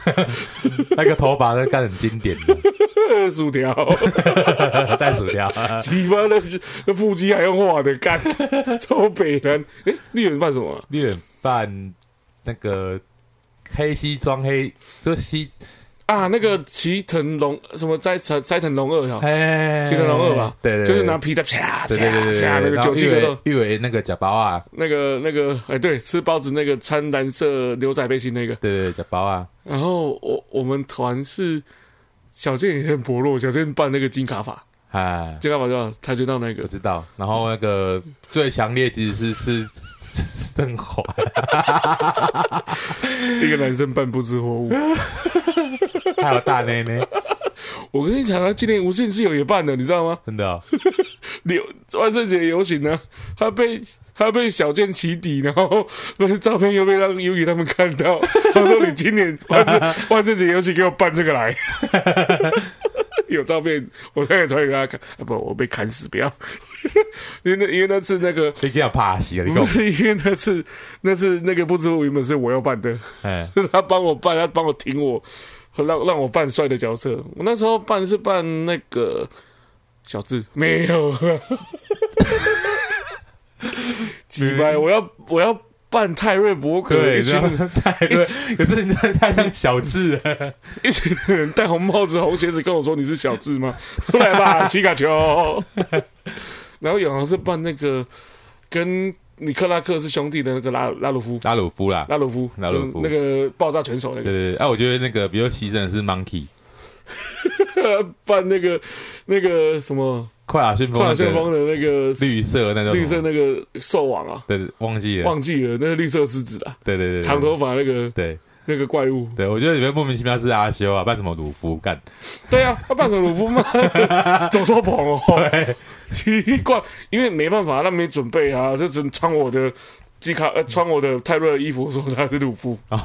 Speaker 3: 那个头发那干很经典的，
Speaker 2: [laughs] 薯条，
Speaker 3: [laughs] 在薯条。
Speaker 2: 奇葩那是那腹肌还用画的干， [laughs] 超北人。哎，绿人扮什么啊、
Speaker 3: 六点半那个黑西装黑，就西
Speaker 2: 啊，那个齐藤龙什么斋藤斋藤龙二啊哈，
Speaker 3: 哎，
Speaker 2: 齐藤龙二吧，
Speaker 3: 对对，
Speaker 2: 就是拿皮带啪啪
Speaker 3: 对对对对
Speaker 2: 啪那个九七
Speaker 3: 玉
Speaker 2: 个洞
Speaker 3: 伟，玉伟那个假包啊，
Speaker 2: 那个那个哎对，吃包子那个穿蓝色牛仔背心那个，
Speaker 3: 对对假包啊，
Speaker 2: 然后我我们团是小健也很薄弱，小健办那个金卡法，
Speaker 3: 哎，
Speaker 2: 金卡法叫跆拳道那个
Speaker 3: 我，知道。然后那个最强烈其实是是是邓华，
Speaker 2: 一个男生扮不知火舞， [laughs]
Speaker 3: 还有大内内，
Speaker 2: 我跟你讲啊，今年无限自由也办了，你知道吗？
Speaker 3: 真的哦
Speaker 2: 流万圣节游行呢，他被他被小健起底，然后那照片又被让 Yuki 他们看到，他说你今年万圣万圣节游行给我办这个来， [laughs] 有照片我再传给大家看，啊、不我被砍死不要， [laughs] 因为那因为那次那个。
Speaker 3: 你给我怕死啊！你
Speaker 2: 不 [laughs]
Speaker 3: 讲，
Speaker 2: 是因为那次，那次那个不知火原本是我要办的，
Speaker 3: 哎，
Speaker 2: 是 [laughs] 他帮我办，他帮我挺我，让让我扮帅的角色。我那时候扮是扮那个小智，没有 [laughs] 了，几百，我要我要扮泰瑞伯格，
Speaker 3: 对，
Speaker 2: 一
Speaker 3: 这
Speaker 2: 群
Speaker 3: 样太对，可是 [laughs] 你真的太像小智了。
Speaker 2: [laughs] 一群人戴红帽子、红鞋子跟我说你是小智吗？ [laughs] 出来
Speaker 3: [laughs]
Speaker 2: 吧，皮卡丘。然后有好像是扮那个跟尼克拉克是兄弟的那个拉拉鲁夫，
Speaker 3: 拉鲁夫啦，
Speaker 2: 拉鲁夫，
Speaker 3: 拉鲁夫
Speaker 2: 就那个爆炸拳手那
Speaker 3: 对啊
Speaker 2: 个，
Speaker 3: 对对，哎、我觉得那个比较牺牲的是 Monkey，
Speaker 2: [laughs] 办那个那个什么
Speaker 3: 快打旋风
Speaker 2: 快
Speaker 3: 哦那
Speaker 2: 打旋
Speaker 3: 个
Speaker 2: 风的那个
Speaker 3: 绿色那种
Speaker 2: 绿色那个兽王啊，
Speaker 3: 对，忘记了，
Speaker 2: 忘记了那个绿色狮子啊，
Speaker 3: 对对对，对
Speaker 2: 长头发那个
Speaker 3: 对
Speaker 2: 那个怪物。
Speaker 3: 对，我觉得里面莫名其妙是阿修啊，扮什么鲁夫干，
Speaker 2: 对啊，他扮成鲁夫
Speaker 3: [laughs]
Speaker 2: 吗？走错棚哦，奇怪，因为没办法，他没准备啊，就只能穿我的吉卡，呃，穿我的泰瑞的衣服说他是鲁夫。
Speaker 3: Oh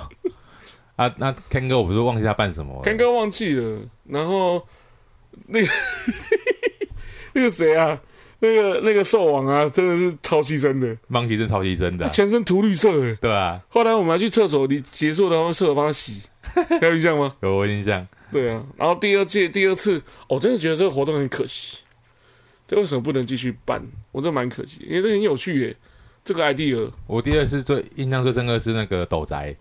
Speaker 3: 啊，那 Ken 哥，我不是忘记他扮什么了？
Speaker 2: 刚刚忘记了，然后那个 [laughs] 那个谁啊，那个那个兽王啊，真的是超牺牲的，
Speaker 3: Monkey 真的超级真的
Speaker 2: 他
Speaker 3: 啊、
Speaker 2: 全身涂绿色欸的。
Speaker 3: 对啊，
Speaker 2: 后来我们还去厕所，你结束的话，厕所帮他洗，还有印象吗？
Speaker 3: 有我印象。
Speaker 2: 对啊，然后第二届第二次，我真的觉得这个活动很可惜，对，为什么不能继续办？我真的蛮可惜，因为这很有趣耶，这个 idea
Speaker 3: 我第二次最印象最深刻是那个斗宅，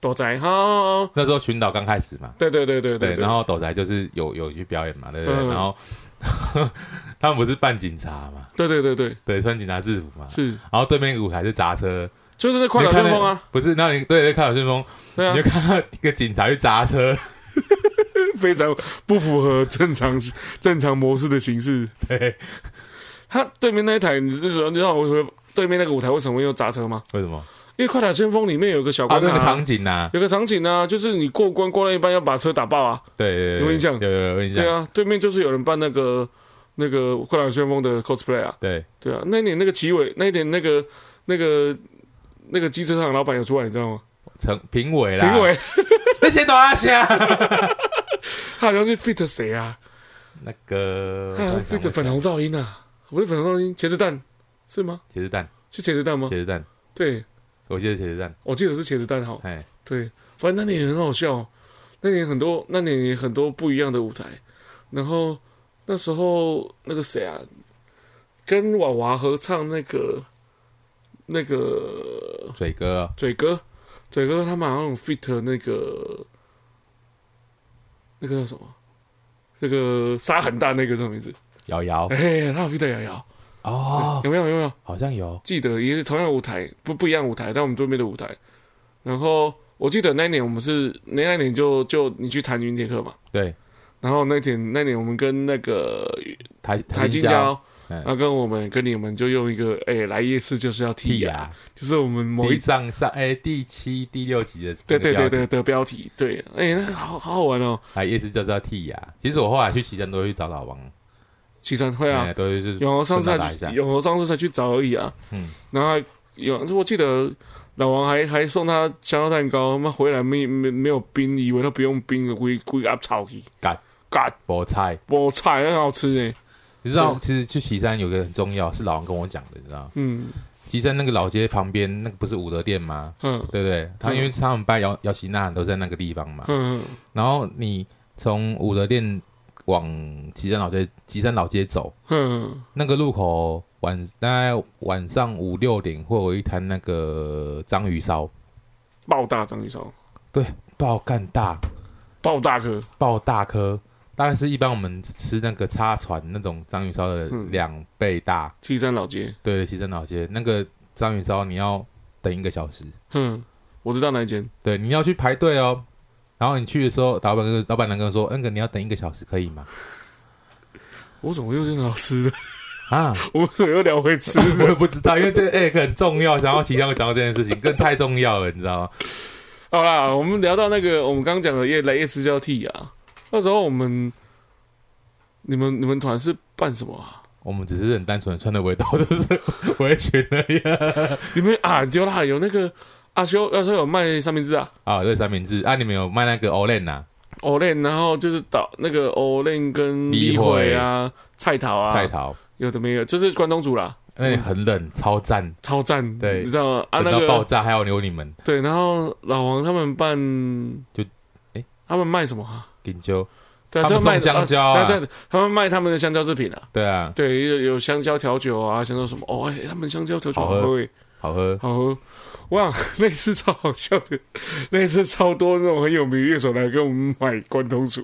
Speaker 2: 多宅哈，
Speaker 3: 那时候群岛刚开始嘛，
Speaker 2: 对对对对
Speaker 3: 对，
Speaker 2: 对，
Speaker 3: 然后斗宅就是有有去表演嘛，对不对？
Speaker 2: 嗯
Speaker 3: 然后 [laughs] 他们不是扮警察嘛，
Speaker 2: 对对对对
Speaker 3: 对，穿警察制服嘛，
Speaker 2: 是，
Speaker 3: 然后对面舞台是砸车，
Speaker 2: 就是那快打
Speaker 3: 你看
Speaker 2: 旋
Speaker 3: 那
Speaker 2: 风啊，，
Speaker 3: 不是？那你对对，看小旋风，
Speaker 2: 对啊
Speaker 3: 你，就看到一个警察去砸车，
Speaker 2: 非常不符合正常正常模式的形式。
Speaker 3: 对，
Speaker 2: 他对面那一台，你就说你知道我为对面那个舞台为什么会有砸车吗？
Speaker 3: 为什么？
Speaker 2: 因为快打旋风里面有个小
Speaker 3: 啊，
Speaker 2: 关
Speaker 3: 那
Speaker 2: 卡、
Speaker 3: 个场景呐，
Speaker 2: 有个场景啊，就是你过关过到一半要把车打爆啊，
Speaker 3: 对对，对
Speaker 2: 有印象
Speaker 3: 有有有印
Speaker 2: 对
Speaker 3: 象，
Speaker 2: 啊，对面就是有人扮那个那个快打旋风的 cosplay 啊，
Speaker 3: 对，
Speaker 2: 对啊，那一年那个奇伟，那一年那个那个那个机车厂老板有出来，你知道吗？
Speaker 3: 成评委啦，
Speaker 2: 评，委
Speaker 3: 那些都阿虾，
Speaker 2: 他好像是 fit 谁啊？
Speaker 3: 那
Speaker 2: [laughs]
Speaker 3: 个
Speaker 2: 他好像 fit 粉红噪音啊，不是粉红噪音，茄子蛋是吗？
Speaker 3: 茄子蛋，
Speaker 2: 是茄子蛋吗
Speaker 3: 茄？子蛋，
Speaker 2: 对，
Speaker 3: 我记得茄子蛋，
Speaker 2: 我记得是茄子蛋哈。
Speaker 3: 哎，
Speaker 2: 对，反正那年也很好笑，那年很多，那年也很多不一样的舞台。然后那时候那个谁啊，跟娃娃合唱那个那个
Speaker 3: 嘴哥哦
Speaker 2: 嘴哥，嘴哥他们好像有 fit 那个那个叫什么？那个沙很大那个叫什么名字？
Speaker 3: 瑶瑶
Speaker 2: 哎、他有 fit 瑶瑶，
Speaker 3: 哦，
Speaker 2: 有没有？有没有？
Speaker 3: 好像有，
Speaker 2: 记得也是同样的舞台，不不一样的舞台，在我们对面的舞台。然后我记得那一年我们是那那年就就你去弹云铁课嘛，
Speaker 3: 对，
Speaker 2: 然后那天那年我们跟那个
Speaker 3: 台
Speaker 2: 台金哦
Speaker 3: 金
Speaker 2: 交，
Speaker 3: 嗯
Speaker 2: 然后跟我们跟你们就用一个哎、来夜市就是要剔
Speaker 3: 剔
Speaker 2: 牙，
Speaker 3: 牙，
Speaker 2: 就是我们某
Speaker 3: 第
Speaker 2: 一
Speaker 3: 上上哎第七第六集的，
Speaker 2: 对对对，对的标题，对，哎、那个好好好玩哦，
Speaker 3: 啊夜市就是要剔牙，其实我后来去岐山都会去找老王，
Speaker 2: 七三会啊
Speaker 3: 哎，都会就是
Speaker 2: 永和上次
Speaker 3: 顺道打
Speaker 2: 才
Speaker 3: 一下
Speaker 2: 去，永和上次才去找而已啊。
Speaker 3: 嗯，
Speaker 2: 然后还有，我记得老王还还送他香蕉蛋糕，妈回来没没没有冰，以为他不用冰了，归归阿草去
Speaker 3: 干
Speaker 2: 干
Speaker 3: 菠菜。
Speaker 2: 菠菜很好吃呢。
Speaker 3: 你知道，
Speaker 2: 对
Speaker 3: 其实去岐山有个很重要，是老王跟我讲的，你知道吗，
Speaker 2: 嗯
Speaker 3: 岐山那个老街旁边那个不是武德殿吗？
Speaker 2: 嗯
Speaker 3: 对不对？他因为他们拜姚姚希娜都在那个地方嘛，
Speaker 2: 嗯，
Speaker 3: 然后你从武德殿往岐山老街岐山老街走，
Speaker 2: 嗯，
Speaker 3: 那个路口晚大概晚上五六点会有一摊那个章鱼烧，
Speaker 2: 爆大章鱼烧，
Speaker 3: 爆干大
Speaker 2: 爆大颗，
Speaker 3: 爆大颗，大概是一般我们吃那个叉船那种章鱼烧的
Speaker 2: 嗯
Speaker 3: 两倍大。
Speaker 2: 七山老街。
Speaker 3: 对，西山老街那个章鱼烧你要等一个小时，
Speaker 2: 哼，我知道哪一间。
Speaker 3: 对，你要去排队哦。然后你去的时候，老板跟老板娘跟我说：“那个你要等一个小时，可以吗
Speaker 2: 我怎么又见好吃的？？” [laughs]
Speaker 3: 啊，
Speaker 2: 我怎么又聊回吃 [laughs] 的？
Speaker 3: 我也不知道，因为这个 egg 很重要，想要其他会讲到这件事情，更太重要了，你知道吗？
Speaker 2: 好啦，我们聊到那个我们刚讲的夜来夜市交替啊，那时候我们你们你们团是办什么啊？
Speaker 3: 我们只是很单纯地穿的围兜，就是 [laughs] 围裙而已
Speaker 2: 你们啊，有啦，有那个阿修阿修有卖三明治啊
Speaker 3: 啊。对，三明治啊，你们有卖那个 Olen 啊，
Speaker 2: o l e n 然后就是导那个 o l e n 跟
Speaker 3: 米
Speaker 2: 米
Speaker 3: 会
Speaker 2: 会啊、菜桃啊，
Speaker 3: 菜桃，
Speaker 2: 有的没有，就是关东煮啦，
Speaker 3: 那里很冷，超赞，
Speaker 2: 超赞，
Speaker 3: 对
Speaker 2: 你知道吗？啊，
Speaker 3: 冷
Speaker 2: 那
Speaker 3: 到爆
Speaker 2: 个
Speaker 3: 炸，还有有你们
Speaker 2: 对，然后老王他们办
Speaker 3: 就诶
Speaker 2: 他们卖什么啊？
Speaker 3: 锦州，
Speaker 2: 对，
Speaker 3: 他们
Speaker 2: 就卖
Speaker 3: 送香蕉啊
Speaker 2: 对对，他们卖他们的香蕉制品啊。
Speaker 3: 对啊，
Speaker 2: 对，有有香蕉调酒啊，香蕉什么哦，哎、他们香蕉调酒
Speaker 3: 好
Speaker 2: 好
Speaker 3: 喝
Speaker 2: 喝诶，
Speaker 3: 好喝，
Speaker 2: 好喝。嗯哇， [laughs] 那次超好笑的，那次超多那种很有名的乐手来跟我们买关东煮。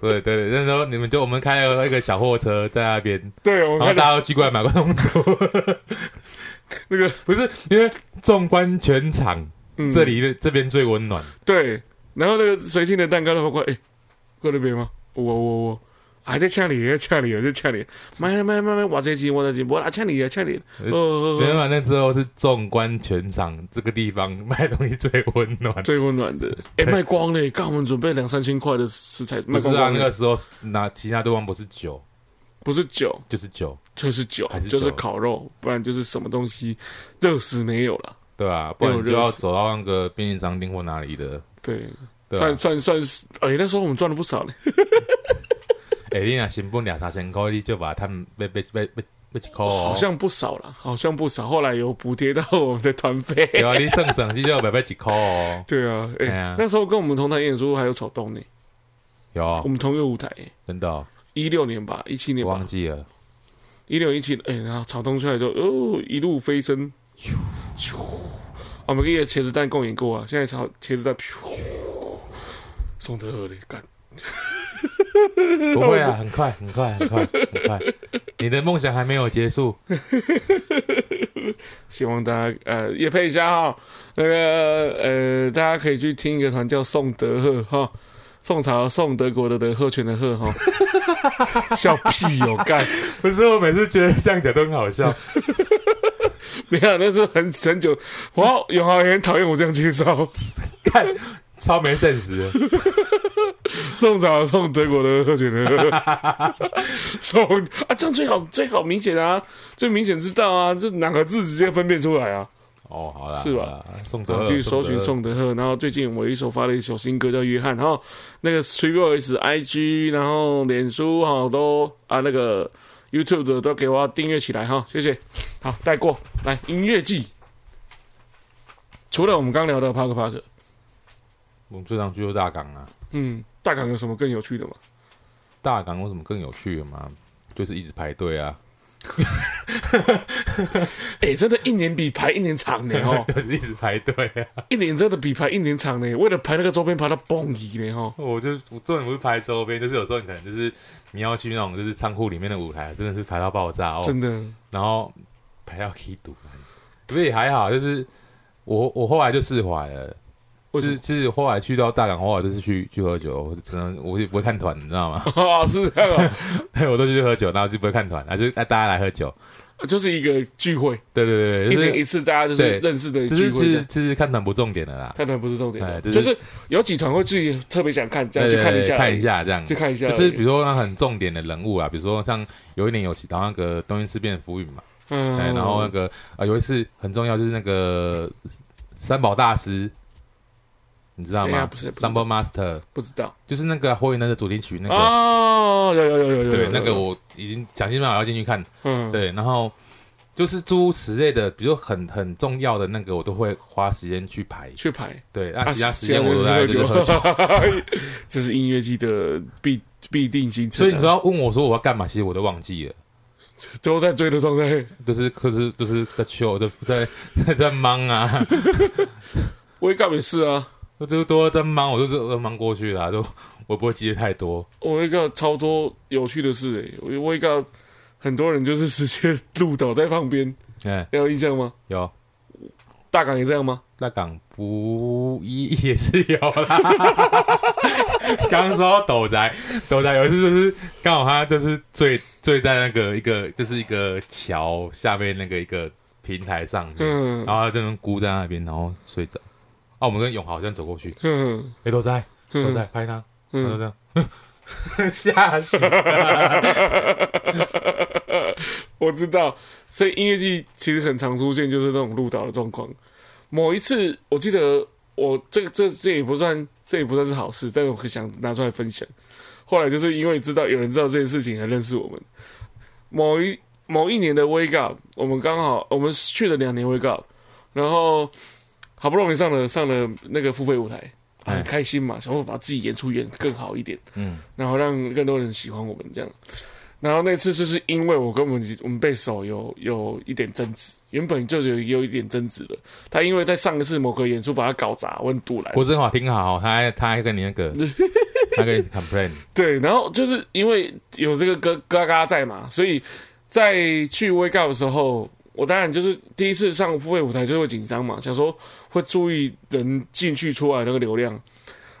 Speaker 3: 对对对，那时候你们就我们开了一个小货车在那边，
Speaker 2: 对，我
Speaker 3: 然后
Speaker 2: 们
Speaker 3: 大
Speaker 2: 看
Speaker 3: 家都聚过来买关东煮，
Speaker 2: 那个、
Speaker 3: [laughs] 不是因为纵观全场，
Speaker 2: 嗯
Speaker 3: 这里这边最温暖。
Speaker 2: 对，然后那个随性的蛋糕的话，哎、过那边吗？我我我还在呛你，还在呛你，还在呛你，买了买了买了，我这钱我这钱，我来呛你啊呛你，
Speaker 3: 呃
Speaker 2: 哦，
Speaker 3: 没办法，那之后是纵观全场，这个地方卖东西最温暖。
Speaker 2: 最温暖的，哎，卖光了，刚我们准备两三千块的食材，
Speaker 3: 不
Speaker 2: 卖
Speaker 3: 是
Speaker 2: 光
Speaker 3: 啊，
Speaker 2: 光
Speaker 3: 那个
Speaker 2: 了，
Speaker 3: 时候拿其他对方不是酒
Speaker 2: 不是酒
Speaker 3: 就是酒，
Speaker 2: 就是酒
Speaker 3: 还，是酒
Speaker 2: 就是烤肉，不然就是什么东西，热死没有了，
Speaker 3: 对啊，不然
Speaker 2: 没有
Speaker 3: 你就要
Speaker 2: 热死
Speaker 3: 走到那个便利商店或哪里的。
Speaker 2: 对，
Speaker 3: 对啊吧、
Speaker 2: 算算算是，哎，那时候我们赚了不少嘞，
Speaker 3: 哎、你若成本两三千块，你就把他们被被被被被一块哦。
Speaker 2: 好像不少了，好像不少，后来有补贴到我们的团费， [laughs]
Speaker 3: 对啊，你算算，你就要被被一块哦。
Speaker 2: 对啊，哎、
Speaker 3: 哎呀
Speaker 2: 那时候跟我们同台演出还有草东呢，
Speaker 3: 有啊
Speaker 2: 我，们同一个舞台、欸，
Speaker 3: 真的、哦，
Speaker 2: 一六年吧，一七年
Speaker 3: 我
Speaker 2: 吧
Speaker 3: 忘，记了。
Speaker 2: 一六一七，哎，然后草东出来之后，哦，一路飞升，咻，啊我们跟茄子蛋共演过啊，现在炒茄子蛋，咻，宋德尔嘞，干，
Speaker 3: 不会啊，很快，很快，很快，很快。你的梦想还没有结束。
Speaker 2: 希望大家呃也配一下哈，那个呃大家可以去听一个团叫宋德赫哈。宋朝宋德国的德贺全的贺哈，笑屁有、干，
Speaker 3: 不是，我每次觉得这样讲都很好笑。
Speaker 2: 没有，那是很很久。哇，永豪也很讨厌我这样介绍。
Speaker 3: 看，超没 sense 的。
Speaker 2: 宋朝宋德国的贺觉得宋啊，这样最好最好明显啊，最明显知道啊，这哪个字直接分辨出来啊。
Speaker 3: 哦，好啦，
Speaker 2: 是吧
Speaker 3: 好啦？宋
Speaker 2: 然
Speaker 3: 德
Speaker 2: 后
Speaker 3: 尔
Speaker 2: 去搜寻，
Speaker 3: 德
Speaker 2: 宋德赫，然后最近我一首发了一首新歌叫《约翰》，然后那个 t r i v o i s IG，然后脸书哈都啊那个 YouTube 的都给我订阅起来哈，谢谢。好，带过来音乐季，除了我们刚聊的 Park Park，
Speaker 3: 我们最常去就大港啊。
Speaker 2: 嗯，大港有什么更有趣的吗？
Speaker 3: 大港为什么更有趣了吗？就是一直排
Speaker 2: [laughs]
Speaker 3: 队啊，
Speaker 2: 哎、真的，一年比排一年长呢哦。
Speaker 3: 就是一直排队啊。
Speaker 2: 一年真的比排一年长呢，为了排那个周边排到蹦移呢哦哈。
Speaker 3: [laughs] 我就我重点不是排周边，就是有时候你可能就是你要去那种就是仓库里面的舞台，真的是排到爆炸哦。
Speaker 2: 真的，
Speaker 3: 然后排到 K 堵，不是也还好，就是我我后来就释怀了。
Speaker 2: 为
Speaker 3: 就
Speaker 2: 什
Speaker 3: 是
Speaker 2: 么？
Speaker 3: 就是后来去到大港，后来就是去去喝酒，我就只能我也不会看团，你知道吗？ [laughs]
Speaker 2: [laughs] 啊，是这样啊，
Speaker 3: 对，我都去喝酒，然后就不会看团，啊，就啊大家来喝酒。
Speaker 2: 啊就是一个聚会，
Speaker 3: 对对
Speaker 2: 一
Speaker 3: 对
Speaker 2: 年
Speaker 3: 对，
Speaker 2: 一次，大家就是
Speaker 3: 对
Speaker 2: 认识的
Speaker 3: 就是就
Speaker 2: 聚会这
Speaker 3: 是就是
Speaker 2: 样。
Speaker 3: 就是看团不重点的啦，
Speaker 2: 看团不是重点
Speaker 3: 哎
Speaker 2: 的，
Speaker 3: 就
Speaker 2: 就是是有几团会自己特别想看，这样去
Speaker 3: 对
Speaker 2: 看一
Speaker 3: 对
Speaker 2: 下，哎
Speaker 3: 看一，下这样
Speaker 2: 去。看一下而
Speaker 3: 就
Speaker 2: 已。
Speaker 3: 是比如说那很重点的人物啊，比如说像有一年有到那个东京事变的浮云嘛，
Speaker 2: 嗯
Speaker 3: 哎，然后那个啊有一次很重要就是那个三宝大师，你知道
Speaker 2: 谁啊
Speaker 3: 吗
Speaker 2: 不是不？是
Speaker 3: 三宝 master
Speaker 2: 不知道
Speaker 3: 就是那个火影忍者主题曲那个，
Speaker 2: 哦，有有有有有
Speaker 3: 对
Speaker 2: 有，
Speaker 3: 那个我已经想尽办法要进去看，
Speaker 2: 嗯，
Speaker 3: 对，然后就是诸如此类的，比如很很重要的那个，我都会花时间去排。
Speaker 2: 去排。
Speaker 3: 对，那
Speaker 2: 啊
Speaker 3: 其他时
Speaker 2: 其
Speaker 3: 间我都
Speaker 2: 就是
Speaker 3: 在就是喝酒。
Speaker 2: 酒， [laughs] 这是音乐季的必必定行程啊。
Speaker 3: 所以你说要问我说我要干嘛，其实我都忘记了，
Speaker 2: 都在追的状态，
Speaker 3: 就是可是就是在 chill，在在在在忙啊， [laughs]
Speaker 2: 我也干没事啊。
Speaker 3: 我就都在忙，我就是都忙过去啦、都我不会记得太多。
Speaker 2: 我一个超多有趣的事诶、我我一个很多人就是直接 [laughs] 路倒在旁边，
Speaker 3: 哎，
Speaker 2: 你有印象吗？
Speaker 3: 有
Speaker 2: 大港也这样吗？
Speaker 3: 那港不一也是有啦。 [laughs] 刚刚说到斗宅，斗宅有一次就是刚好他就是醉醉在那个一个就是一个桥下面那个一个平台上面，
Speaker 2: 嗯
Speaker 3: 然后他这边孤在那边，然后睡着。啊，我们跟永豪这样走过去，
Speaker 2: 哼
Speaker 3: 哎、斗宅，斗
Speaker 2: 哼
Speaker 3: 宅拍他，他就
Speaker 2: 哼，
Speaker 3: 这样。吓死！
Speaker 2: [laughs] 我知道，所以音乐季其实很常出现就是那种路倒的状况。某一次我记得我这个这这也不算这也不算是好事，但是我很想拿出来分享。后来就是因为知道有人知道这件事情，还认识我们。某一某一年的 Wake Up，我们刚好我们去了两年 Wake Up，然后好不容易上了上了那个付费舞台，很
Speaker 3: 哎
Speaker 2: 开心嘛，想说把自己演出演更好一点，
Speaker 3: 嗯，
Speaker 2: 然后让更多人喜欢我们这样。然后那次就是因为我跟我们我们贝手有有一点争执，原本就有有一点争执了。他因为在上一次某个演出把他搞砸，我很堵来。
Speaker 3: 郭振华听好，他还他还跟你那个，他跟你 complain，
Speaker 2: 对，然后就是因为有这个哥嘎嘎在嘛，所以在去 Wake Up 的时候，我当然就是第一次上付费舞台就会紧张嘛，想说会注意人进去出来那个流量。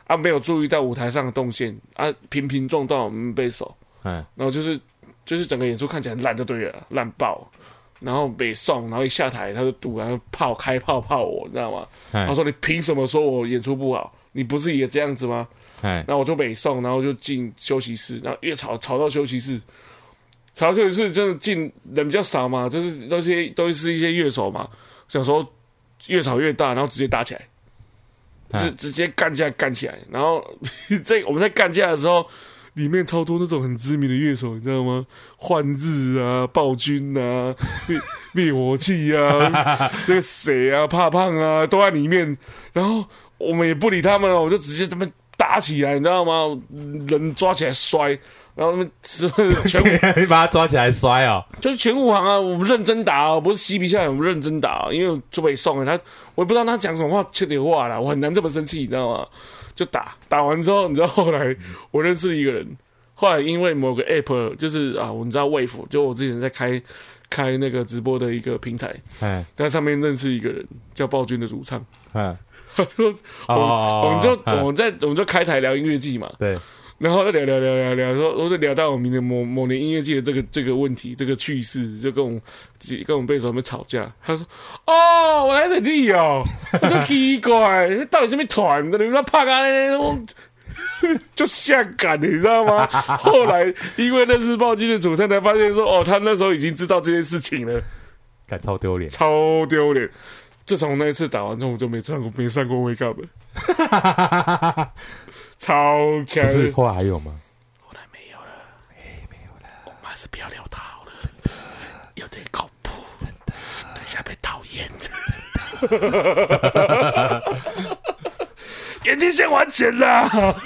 Speaker 2: 啊，没有注意到舞台上的动线啊，频频撞到我们被手，
Speaker 3: 嗯，
Speaker 2: 然后就是就是整个演出看起来很烂就对了，烂爆。然后北宋，然后一下台他就突然炮开炮炮我，你知道吗？
Speaker 3: 哎
Speaker 2: 他说你凭什么说我演出不好？你不是也这样子吗？
Speaker 3: 哎，
Speaker 2: 然后我就北送，然后就进休息室，然后越吵吵到休息室，吵到休息室真的进人比较少嘛，就是那些都是一些乐手嘛，想说越吵越大，然后直接打起来，
Speaker 3: 哎
Speaker 2: 直直接干架干起来，然后 [laughs] 在我们在干架的时候。里面超多那种很知名的乐手，你知道吗？幻日啊，暴君啊，灭 [laughs] 灭火器啊，那个谁啊，怕胖啊，都在里面。然后我们也不理他们啊了，我就直接他们打起来，你知道吗？人抓起来摔，然后他们 [laughs] 全部
Speaker 3: 你把他抓起来摔哦，
Speaker 2: 就是全武行啊，我们认真打、哦，不是嬉皮笑脸，我们认真打、哦，因为我就被送了他，我也不知道他讲什么话，缺点话啦，我很难这么生气，你知道吗？就打，打完之后，你知道后来 [laughs] 我认识一个人，后来因为某个 app 就是啊，我们知道 wave，就我之前在开开那个直播的一个平台，
Speaker 3: 哎
Speaker 2: 在上面认识一个人叫暴君的主唱，
Speaker 3: 嗯，
Speaker 2: 他说
Speaker 3: 哦哦，
Speaker 2: 我们就
Speaker 3: 嗯
Speaker 2: 我们在我们就开台聊音乐季嘛，
Speaker 3: 对，
Speaker 2: 然后就聊聊聊聊聊，说我就聊到我们的某某年音乐界的这个这个问题，这个趣事，就跟我们几跟我们贝斯手他们吵架。他说：“哦，我来得力哦，我说奇怪，到底什么团的？你们怕干嘞？我 [laughs] 就下岗，你知道吗？后来因为认识暴君的主唱，才发现说，哦，他那时候已经知道这件事情了，
Speaker 3: 感超丢脸，
Speaker 2: 超丢脸。自从那一次打完之后，我就没上过没上过 wake up 了，
Speaker 3: [laughs]
Speaker 2: 超开
Speaker 3: 不是，后来还有吗？
Speaker 2: 后来没有了，没有了，我们还是不要聊他好了，有点恐怖，真的，等一下被讨厌，眼睛先还钱 [laughs] 啦。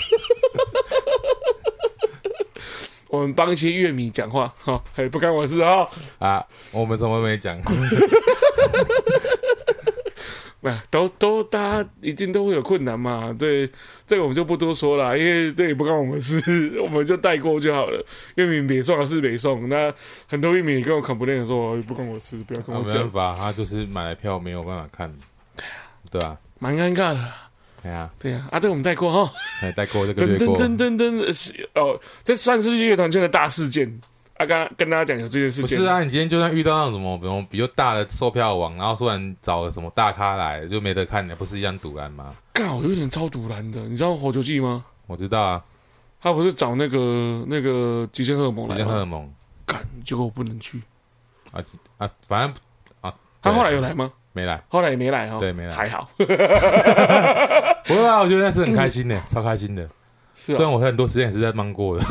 Speaker 2: 我们帮一些乐迷讲话，哈、哎，不干我事啊、
Speaker 3: 啊，我们怎么没讲？
Speaker 2: 哎，都都大家一定都会有困难嘛，对，这个我们就不多说了，因为这也不关我们事，我们就带过就好了。月明北送还是北送，那很多玉米也跟我 complain 说哦不关我事，不要跟
Speaker 3: 啊
Speaker 2: 我
Speaker 3: 没
Speaker 2: 讲
Speaker 3: 办，法，他就是买了票没有办法看，对啊，
Speaker 2: 蛮尴尬的。
Speaker 3: 哎呀，
Speaker 2: 对呀、啊，这个我们带过哈，
Speaker 3: 哎，带过这个
Speaker 2: 噔
Speaker 3: 略过
Speaker 2: 噔，噔噔噔，呃是哦，这算是乐团圈的大事件。啊，刚跟大家讲有这件事
Speaker 3: 不
Speaker 2: 情，
Speaker 3: 是，啊，你今天就算遇到那种什么，比如比较大的售票网，然后突然找了什么大咖来，就没得看，了，不是一样堵然吗？
Speaker 2: 干，我有点超堵然的，你知道火球季吗？
Speaker 3: 我知道啊，
Speaker 2: 他不是找那个那个极限荷尔蒙
Speaker 3: 比
Speaker 2: 来
Speaker 3: 较荷尔
Speaker 2: 吗？
Speaker 3: 蒙
Speaker 2: 干，结果我不能去。
Speaker 3: 啊，反正
Speaker 2: 他
Speaker 3: 对
Speaker 2: 后来有来吗？
Speaker 3: 没来。
Speaker 2: 后来也没来哈，
Speaker 3: 对没来
Speaker 2: 还
Speaker 3: [laughs]
Speaker 2: 好。
Speaker 3: 不会啊，我觉得那是很开心的，超开心的。
Speaker 2: 是啊
Speaker 3: 虽然我很多时间也是在忙过 [laughs] 的，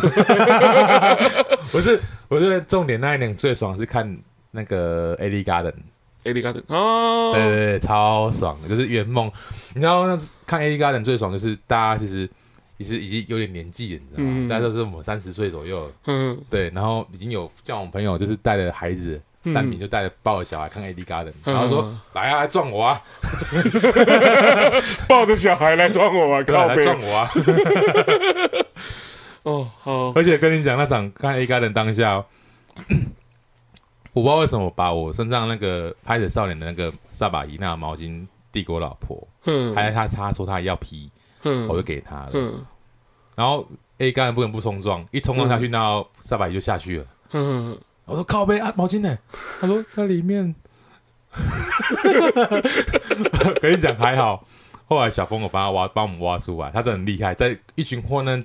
Speaker 3: 不是，我觉得重点那一年最爽是看那个 A D Garden，
Speaker 2: ，Ellie Garden 哦，
Speaker 3: 对对对，超爽的，就是圆梦。你知道那看 A D Garden 最爽就是大家其实其实已经有点年纪了，你知道吗？
Speaker 2: 嗯
Speaker 3: 大家都是我们三十岁左右，
Speaker 2: 嗯
Speaker 3: 对，然后已经有像我朋友就是带着孩子，
Speaker 2: 嗯
Speaker 3: 单品就带着抱着小孩看 A D Garden，
Speaker 2: 嗯
Speaker 3: 然后说来啊，来撞我啊，
Speaker 2: 抱着小孩来撞我啊，
Speaker 3: [laughs] 对啊，
Speaker 2: 靠
Speaker 3: 来
Speaker 2: 背
Speaker 3: 撞
Speaker 2: [laughs]
Speaker 3: 我啊。
Speaker 2: 哦，
Speaker 3: [laughs]
Speaker 2: 好，
Speaker 3: 而且跟你讲，那场看 A 咖的当下哦，我不知道为什么把我身上那个拍着少年的那个萨巴伊娜毛巾递给我老婆，
Speaker 2: 哼
Speaker 3: 还他他说他要披，
Speaker 2: 哼
Speaker 3: 我就给他了。
Speaker 2: 哼
Speaker 3: 然后 A 咖不能不冲撞，一冲
Speaker 2: 嗯
Speaker 3: 撞下去，那萨巴伊就下去了。
Speaker 2: 哼，
Speaker 3: 我说靠背啊，毛巾呢？他说在里 [laughs] 面。跟你讲还好，后来小峰我帮他挖，帮我们挖出来，他真的很厉害，在一群混乱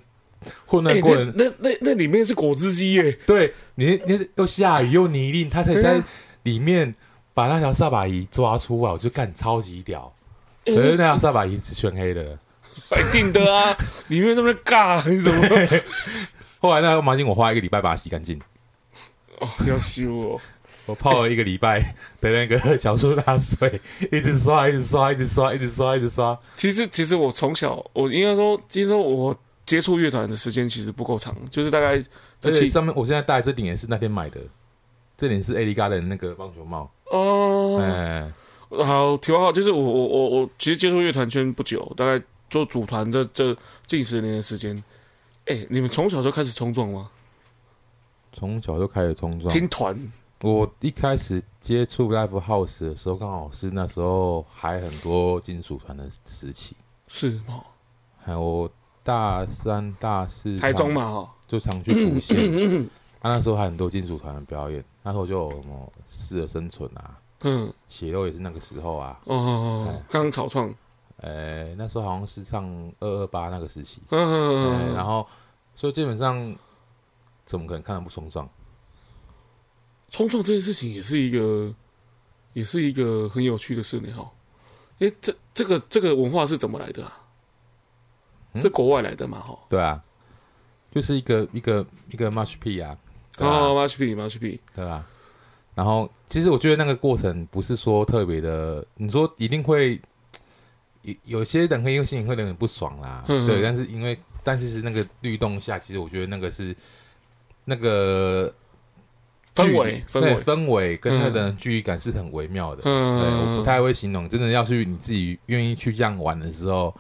Speaker 3: 混
Speaker 2: 哎
Speaker 3: 乱过人、
Speaker 2: 那那那那里面是果汁机耶，
Speaker 3: 对你，你又下雨又泥泞，他才
Speaker 2: 对啊
Speaker 3: 在里面把那条萨巴鱼抓出来，我就干超级屌。可是
Speaker 2: 哎
Speaker 3: 那条萨巴鱼是全黑的，
Speaker 2: 一定的啊，里面那么尬，你怎么
Speaker 3: 后来那个毛巾我花一个礼拜把它洗干净，
Speaker 2: [laughs] 哦要修哦？
Speaker 3: 我泡了一个礼拜的那个小苏打水，一直刷，一直刷，一直刷，一直刷，一直刷。
Speaker 2: 其实其实我从小我应该说，其实我接触乐团的时间其实不够长，就是大概
Speaker 3: 而
Speaker 2: 在
Speaker 3: 且
Speaker 2: 七
Speaker 3: 上面我现在戴的这顶也是那天买的，这顶是艾 d 嘎的那个棒球帽。
Speaker 2: 哦，
Speaker 3: 哎，
Speaker 2: 好，题外话就是我我我我其实接触乐团圈不久，大概做组团这这近十年的时间。哎、你们从小就开始冲撞吗？
Speaker 3: 从小就开始冲撞。
Speaker 2: 听团
Speaker 3: 我一开始接触 Live House 的时候，刚好是那时候还很多金属团的时期。哎
Speaker 2: 是吗？
Speaker 3: 还有我大三、大四，
Speaker 2: 台中嘛哦哈，
Speaker 3: 就常去
Speaker 2: [coughs]
Speaker 3: 浮现。啊，那时候还很多金属团的表演，那时候就有什么《适者生存》啊，
Speaker 2: 嗯，
Speaker 3: 《血肉》也是那个时候啊。
Speaker 2: 哦哦哦，刚草
Speaker 3: 哎
Speaker 2: 创，
Speaker 3: 呃，那时候好像是上二二八那个时期，
Speaker 2: 嗯
Speaker 3: 呃
Speaker 2: 嗯
Speaker 3: 然
Speaker 2: 嗯，
Speaker 3: 后所以基本上怎么可能看得不冲撞？
Speaker 2: 冲撞这件事情也是一个，也是一个很有趣的事呢哈。诶，这这个这个文化是怎么来的啊？
Speaker 3: 嗯
Speaker 2: 是国外来的嘛哈？
Speaker 3: 对啊，就是一个一个一个 much p 啊，对啊
Speaker 2: 哦 m a c h p m a c h p
Speaker 3: 对吧？然后其实我觉得那个过程不是说特别的，你说一定会有有些人会因为心里会有点不爽啦，
Speaker 2: 嗯嗯
Speaker 3: 对，但是因为但是是那个律动下，其实我觉得那个是那个
Speaker 2: 氛
Speaker 3: 距
Speaker 2: 围
Speaker 3: 离
Speaker 2: 氛
Speaker 3: 对
Speaker 2: 围，
Speaker 3: 氛围跟那个人距离感是很微妙的，对，
Speaker 2: 嗯，
Speaker 3: 我不太会形容，真的要去你自己愿意去这样玩的时候，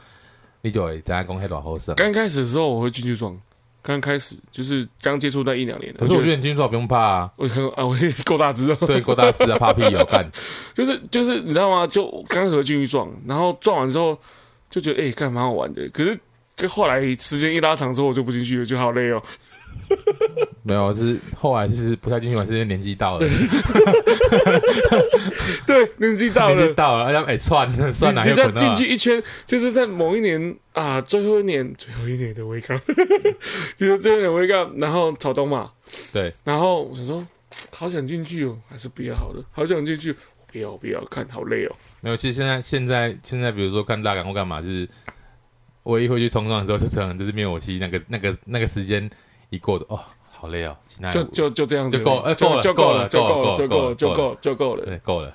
Speaker 3: 你就会在公开软后生。
Speaker 2: 刚开始的时候我会进去撞，刚开始就是刚接触那一两年，
Speaker 3: 可是我觉
Speaker 2: 得
Speaker 3: 得你进去不用
Speaker 2: [laughs]
Speaker 3: 怕啊，
Speaker 2: 我很啊，我也够大只哦， [laughs]
Speaker 3: 对，够大只啊，怕屁有干。
Speaker 2: 就是就是你知道吗？就刚开始会进去撞，然后撞完之后就觉得哎，干、蛮好玩的，可是。可后来时间一拉长之后，我就不进去了，就好累哦。 [laughs]
Speaker 3: 没有，是后来就是不太进去玩，是因为年纪
Speaker 2: [laughs]
Speaker 3: 到了，
Speaker 2: 对，年纪大
Speaker 3: 年纪
Speaker 2: 了，
Speaker 3: 到了，要哎串 [laughs] 算哪
Speaker 2: 你
Speaker 3: 又
Speaker 2: 再
Speaker 3: 滚到
Speaker 2: 进
Speaker 3: 哪
Speaker 2: 去一圈，就是在某一年啊，最后一年，最后一年的微杠， [laughs] 就是最后一年微杠，然后草东嘛，
Speaker 3: 对，
Speaker 2: 然后我想说，好想进去哦，还是不要好了，好想进去，我不要，我不要，看好累哦。
Speaker 3: 没有。其实现在现在现在，比如说看大港或干嘛，就是我一回去冲撞的时候，就可能就是灭火器那个那个那个时间一过，哦，好累哦，其他
Speaker 2: 就就哎就这样子，
Speaker 3: 就够呃够了
Speaker 2: 就
Speaker 3: 够
Speaker 2: 够
Speaker 3: 了
Speaker 2: 就
Speaker 3: 够
Speaker 2: 够
Speaker 3: 了
Speaker 2: 了，就
Speaker 3: 够
Speaker 2: 够
Speaker 3: 了
Speaker 2: 了，就
Speaker 3: 够
Speaker 2: 够了，就够了。
Speaker 3: 对够了。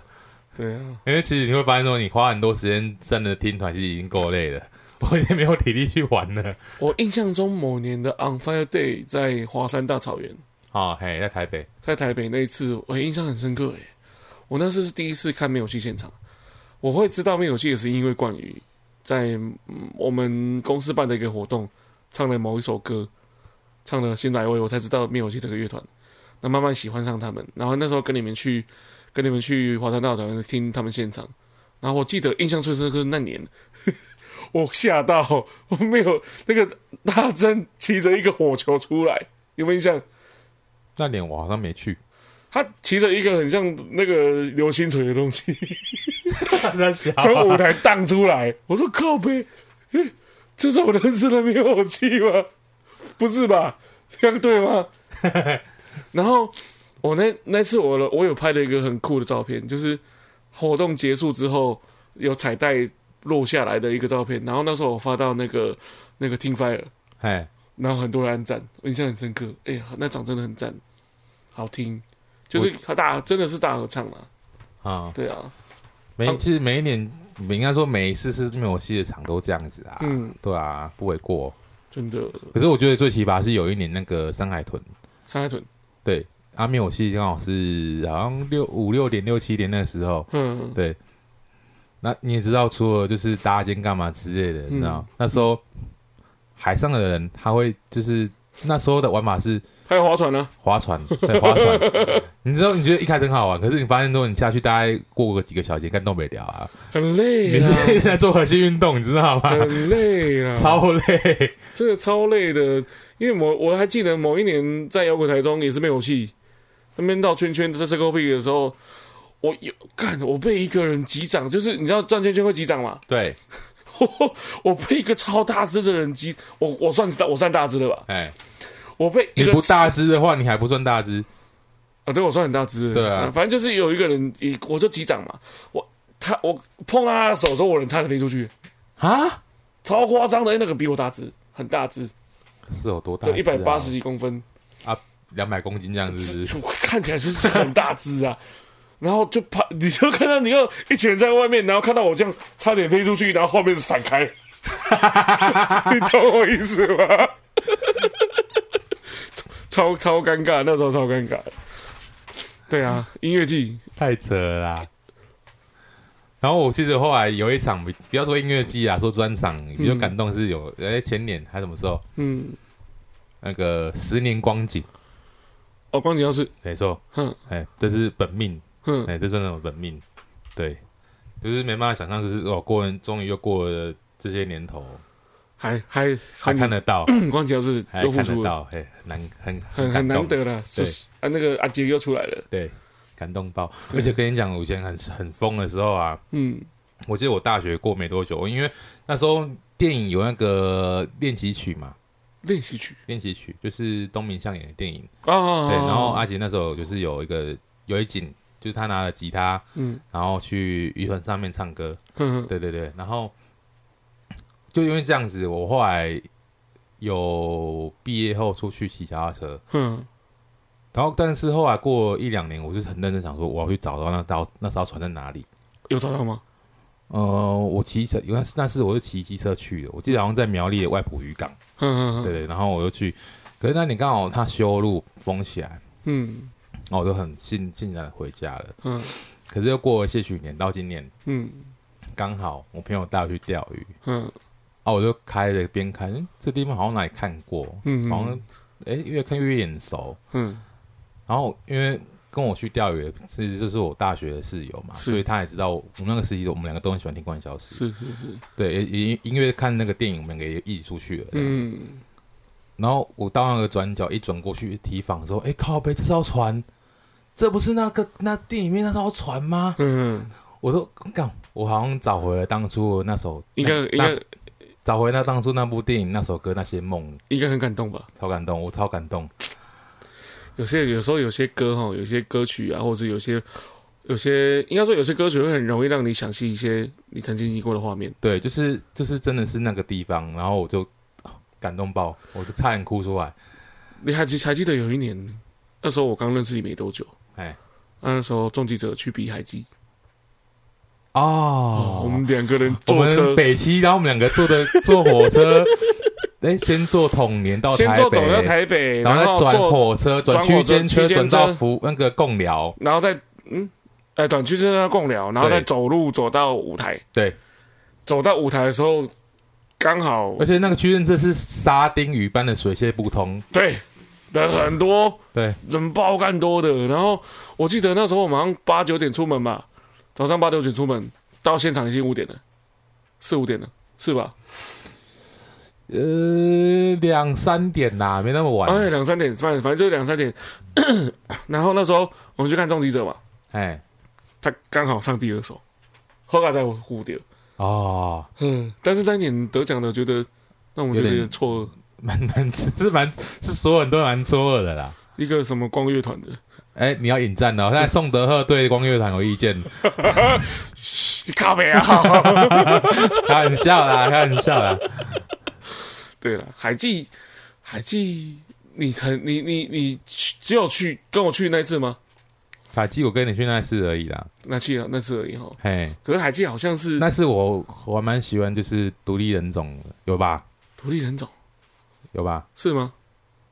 Speaker 2: 对啊，
Speaker 3: 因为其实你会发现说，你花很多时间站着听团，其实已经够累了， [laughs] 我已经没有体力去玩了。
Speaker 2: 我印象中某年的 On Fire Day 在华山大草原，
Speaker 3: 哦，嘿，在台北，
Speaker 2: 在台北那一次，我印象很深刻诶。欸我那次是第一次看灭火器现场，我会知道灭火器也是因为冠宇在嗯我们公司办的一个活动，唱了某一首歌，唱了《新来位》，我才知道灭火器这个乐团。那慢慢喜欢上他们，然后那时候跟你们去，跟你们去华山大草原听他们现场，然后我记得印象最深刻是那年， [laughs] 我吓到，我没有那个大真骑着一个火球出来，有没有印象？
Speaker 3: 那年我好像没去，
Speaker 2: 他骑着一个很像那个流星锤的东西 [laughs]
Speaker 3: 在想
Speaker 2: 从舞台荡出来，我说靠背，诶这是我认识的灭火器吗？不是吧？这样对吗？然后我那那次我了，我有拍了一个很酷的照片，就是活动结束之后有彩带落下来的一个照片。然后那时候我发到那个那个 Team Fire，
Speaker 3: 哎，
Speaker 2: 然后很多人按赞，我印象很深刻。哎、呀，那场真的很赞，好听，就是他大真的是大合唱啊，
Speaker 3: 啊、
Speaker 2: 对啊，
Speaker 3: 每其实每一年，应该说每一次是灭火器的场都这样子啊，
Speaker 2: 嗯，
Speaker 3: 对啊，不为过。
Speaker 2: 真的
Speaker 3: 可是我觉得最奇葩是有一年那个山海啊豚，
Speaker 2: 山海豚，
Speaker 3: 对，阿灭火器刚好是好像六五六点六七点那个时候，
Speaker 2: 嗯，
Speaker 3: 对，那你也知道，除了就是搭肩干嘛之类的，你知道、那时候海上的人他会就是那时候的玩法是
Speaker 2: 还有划船啊呢、
Speaker 3: 划
Speaker 2: [laughs]
Speaker 3: 船，对，划船。你知道你觉得一开始很好玩，可是你发现之后你下去大概过个几个小时，干动不了啊，
Speaker 2: 很
Speaker 3: 你
Speaker 2: 累啊，
Speaker 3: 是在做核心运动，你知道吗？
Speaker 2: [laughs] 很累啊，
Speaker 3: [laughs] 超累，
Speaker 2: 这个超累的，因为我我还记得某一年在摇滚台中也是没有戏，那边绕圈圈在 circle p 的时候。我有干，我被一个人击掌，就是你知道转圈圈会击掌嘛？
Speaker 3: 对，
Speaker 2: 我我被一个超大只的人击，我我算大我算大只的吧？
Speaker 3: 哎，
Speaker 2: 我被一
Speaker 3: 你
Speaker 2: 个
Speaker 3: 不大只的话，你还不算大只，
Speaker 2: 啊，对我算很大只的，
Speaker 3: 对啊
Speaker 2: 反正就是有一个人，也我就击掌嘛，我他我碰到他的手的时候，我人差点飞出去，
Speaker 3: 啊，
Speaker 2: 超夸张的，那个比我大只，很大只，
Speaker 3: 是有多大、啊
Speaker 2: 就一百八十、几公分，
Speaker 3: 两百公斤这样子，
Speaker 2: 就看起来就是很大只啊。然后就怕，你就看到你又一群人在外面，然后看到我这样差点飞出去，然后后面闪
Speaker 3: [laughs]
Speaker 2: 开，你懂我意思吗？ [laughs] 超超尴尬，那时候超尴尬。对啊，音乐季，
Speaker 3: 太扯了啦。然后我记得后来有一场，不要说音乐季啊，说专场比较感动是有，哎、前年还什么时候，
Speaker 2: 嗯，
Speaker 3: 那个十年光景，
Speaker 2: 哦，光景要是，
Speaker 3: 没错，
Speaker 2: 哼
Speaker 3: 哎，这是本命，
Speaker 2: 哼，
Speaker 3: [laughs] 哎，这真的有本命，对，就是没办法想象，就是哦，过完终于又过了这些年头，
Speaker 2: 还还
Speaker 3: 还看
Speaker 2: [clears throat]
Speaker 3: 得到，
Speaker 2: 光脚是
Speaker 3: 还
Speaker 2: 又复
Speaker 3: 看得
Speaker 2: 出了，
Speaker 3: 到，嘿，难很
Speaker 2: 很
Speaker 3: 感
Speaker 2: 很
Speaker 3: 动
Speaker 2: 难，得了。就
Speaker 3: 对
Speaker 2: 是啊，那个阿杰又出来了，
Speaker 3: 对，感动爆。而且跟你讲，我以前很很疯的时候啊，
Speaker 2: 嗯，
Speaker 3: 我记得我大学过没多久，因为那时候电影有那个练习曲嘛，
Speaker 2: 练习曲
Speaker 3: 练习曲就是东明相演的电影，
Speaker 2: 啊，
Speaker 3: 对。然后阿杰那时候就是有一个有一景，就是他拿了吉他，
Speaker 2: 嗯
Speaker 3: 然后去渔船上面唱歌，
Speaker 2: 哼哼
Speaker 3: 对对对。然后就因为这样子，我后来有毕业后出去骑脚踏车，
Speaker 2: 哼，
Speaker 3: 然后但是后来过一两年，我就是很认真想说，我要去找到那艘那艘船在哪里。
Speaker 2: 有找到吗？
Speaker 3: 呃，我骑车，那那是我是骑机车去的，我记得好像在苗栗的外埔渔港，
Speaker 2: 哼哼
Speaker 3: 对
Speaker 2: 哼，
Speaker 3: 对，然后我就去，可是那里刚好它修路封起来，
Speaker 2: 嗯
Speaker 3: 然后我就很欣欣然地回家了。
Speaker 2: 嗯
Speaker 3: 可是又过了些许年，到今年
Speaker 2: 嗯
Speaker 3: 刚好我朋友带我去钓鱼，
Speaker 2: 嗯
Speaker 3: 啊，我就开了边看，嗯这地方好像哪里看过，
Speaker 2: 嗯，
Speaker 3: 好像哎越看越眼熟，
Speaker 2: 嗯
Speaker 3: 然后因为跟我去钓鱼的，其实就是我大学的室友嘛，
Speaker 2: 是
Speaker 3: 所以他也知道我们那个时期，我们两个都很喜欢听关小时。
Speaker 2: 是是是，
Speaker 3: 对，也也因为看那个电影，我们两个也一起出去了。嗯。
Speaker 2: 嗯
Speaker 3: 然后我到那个转角一转过去提防说：“哎，靠背，这艘船，这不是那个那电影里面那艘船吗
Speaker 2: 嗯，？”
Speaker 3: 我说：“干，我好像找回了当初那首，
Speaker 2: 应该
Speaker 3: 那
Speaker 2: 应该
Speaker 3: 那找回那当初那部电影那首歌那些梦，
Speaker 2: 应该很感动吧？
Speaker 3: 超感动，我超感动。
Speaker 2: 有些有时候有些歌哈，有些歌曲啊，或者是有些有些应该说有些歌曲会很容易让你想起一些你曾经经历过的画面。
Speaker 3: 对，就是就是真的是那个地方，然后我就感动爆，我就差点哭出来。
Speaker 2: 你还记还记得有一年，那时候我刚认识你没多久，啊
Speaker 3: 哎，
Speaker 2: 那时候重疾者去比海基，
Speaker 3: 哦，
Speaker 2: 我们两个人坐
Speaker 3: 我
Speaker 2: 车
Speaker 3: 们北七，然后我们两个坐的 [laughs] 坐火车，哎，先坐统联到
Speaker 2: 先
Speaker 3: 台
Speaker 2: 坐
Speaker 3: 北，
Speaker 2: 董到台北，
Speaker 3: 然后
Speaker 2: 后
Speaker 3: 再转
Speaker 2: 坐，
Speaker 3: 火车，
Speaker 2: 转
Speaker 3: 转
Speaker 2: 火
Speaker 3: 区
Speaker 2: 车
Speaker 3: 间
Speaker 2: 区
Speaker 3: 车，
Speaker 2: 间
Speaker 3: 转
Speaker 2: 车
Speaker 3: 到福那个贡寮，
Speaker 2: 然后再嗯，哎，短区就是共聊，然后
Speaker 3: 对
Speaker 2: 再走路走到舞台，
Speaker 3: 对，
Speaker 2: 走到舞台的时候刚好
Speaker 3: 而且那个区间这是沙丁鱼般的水泄不通，
Speaker 2: 对人很多，
Speaker 3: 对，
Speaker 2: 人爆干多的。然后我记得那时候我们好像八九点出门吧，早上八九点出门，到现场已经五点了，四五点了，是吧？
Speaker 3: 呃，两三点呐，没那么晚，
Speaker 2: 哎，两三点，反正反正就是两三点。 [coughs] 然后那时候我们去看《终极者》嘛，
Speaker 3: 哎，
Speaker 2: 他刚好唱第二首，后来才互掉。
Speaker 3: 哦，
Speaker 2: 嗯，但是那一年得奖的，我觉得让我觉得有点
Speaker 3: 有点
Speaker 2: 错愕。
Speaker 3: 蛮蛮是蛮是所有人都蛮错愕的啦。
Speaker 2: 一个什么光乐团的，
Speaker 3: 哎，你要引战哦！
Speaker 2: [laughs]
Speaker 3: 那宋德赫对光乐团有意见，
Speaker 2: 你靠北啊！
Speaker 3: 开玩笑啦，开玩笑啦。
Speaker 2: [laughs] 对了，海记，海记，你很你你你去只有去跟我去那一次吗？
Speaker 3: 卡基，我跟你去那次而已啦。
Speaker 2: 那去啊了那次而已哈。
Speaker 3: 嘿，
Speaker 2: 可是海记好像是
Speaker 3: 那次我我还蛮喜欢，就是独立人种的，有吧？
Speaker 2: 独立人种
Speaker 3: 有吧？
Speaker 2: 是吗？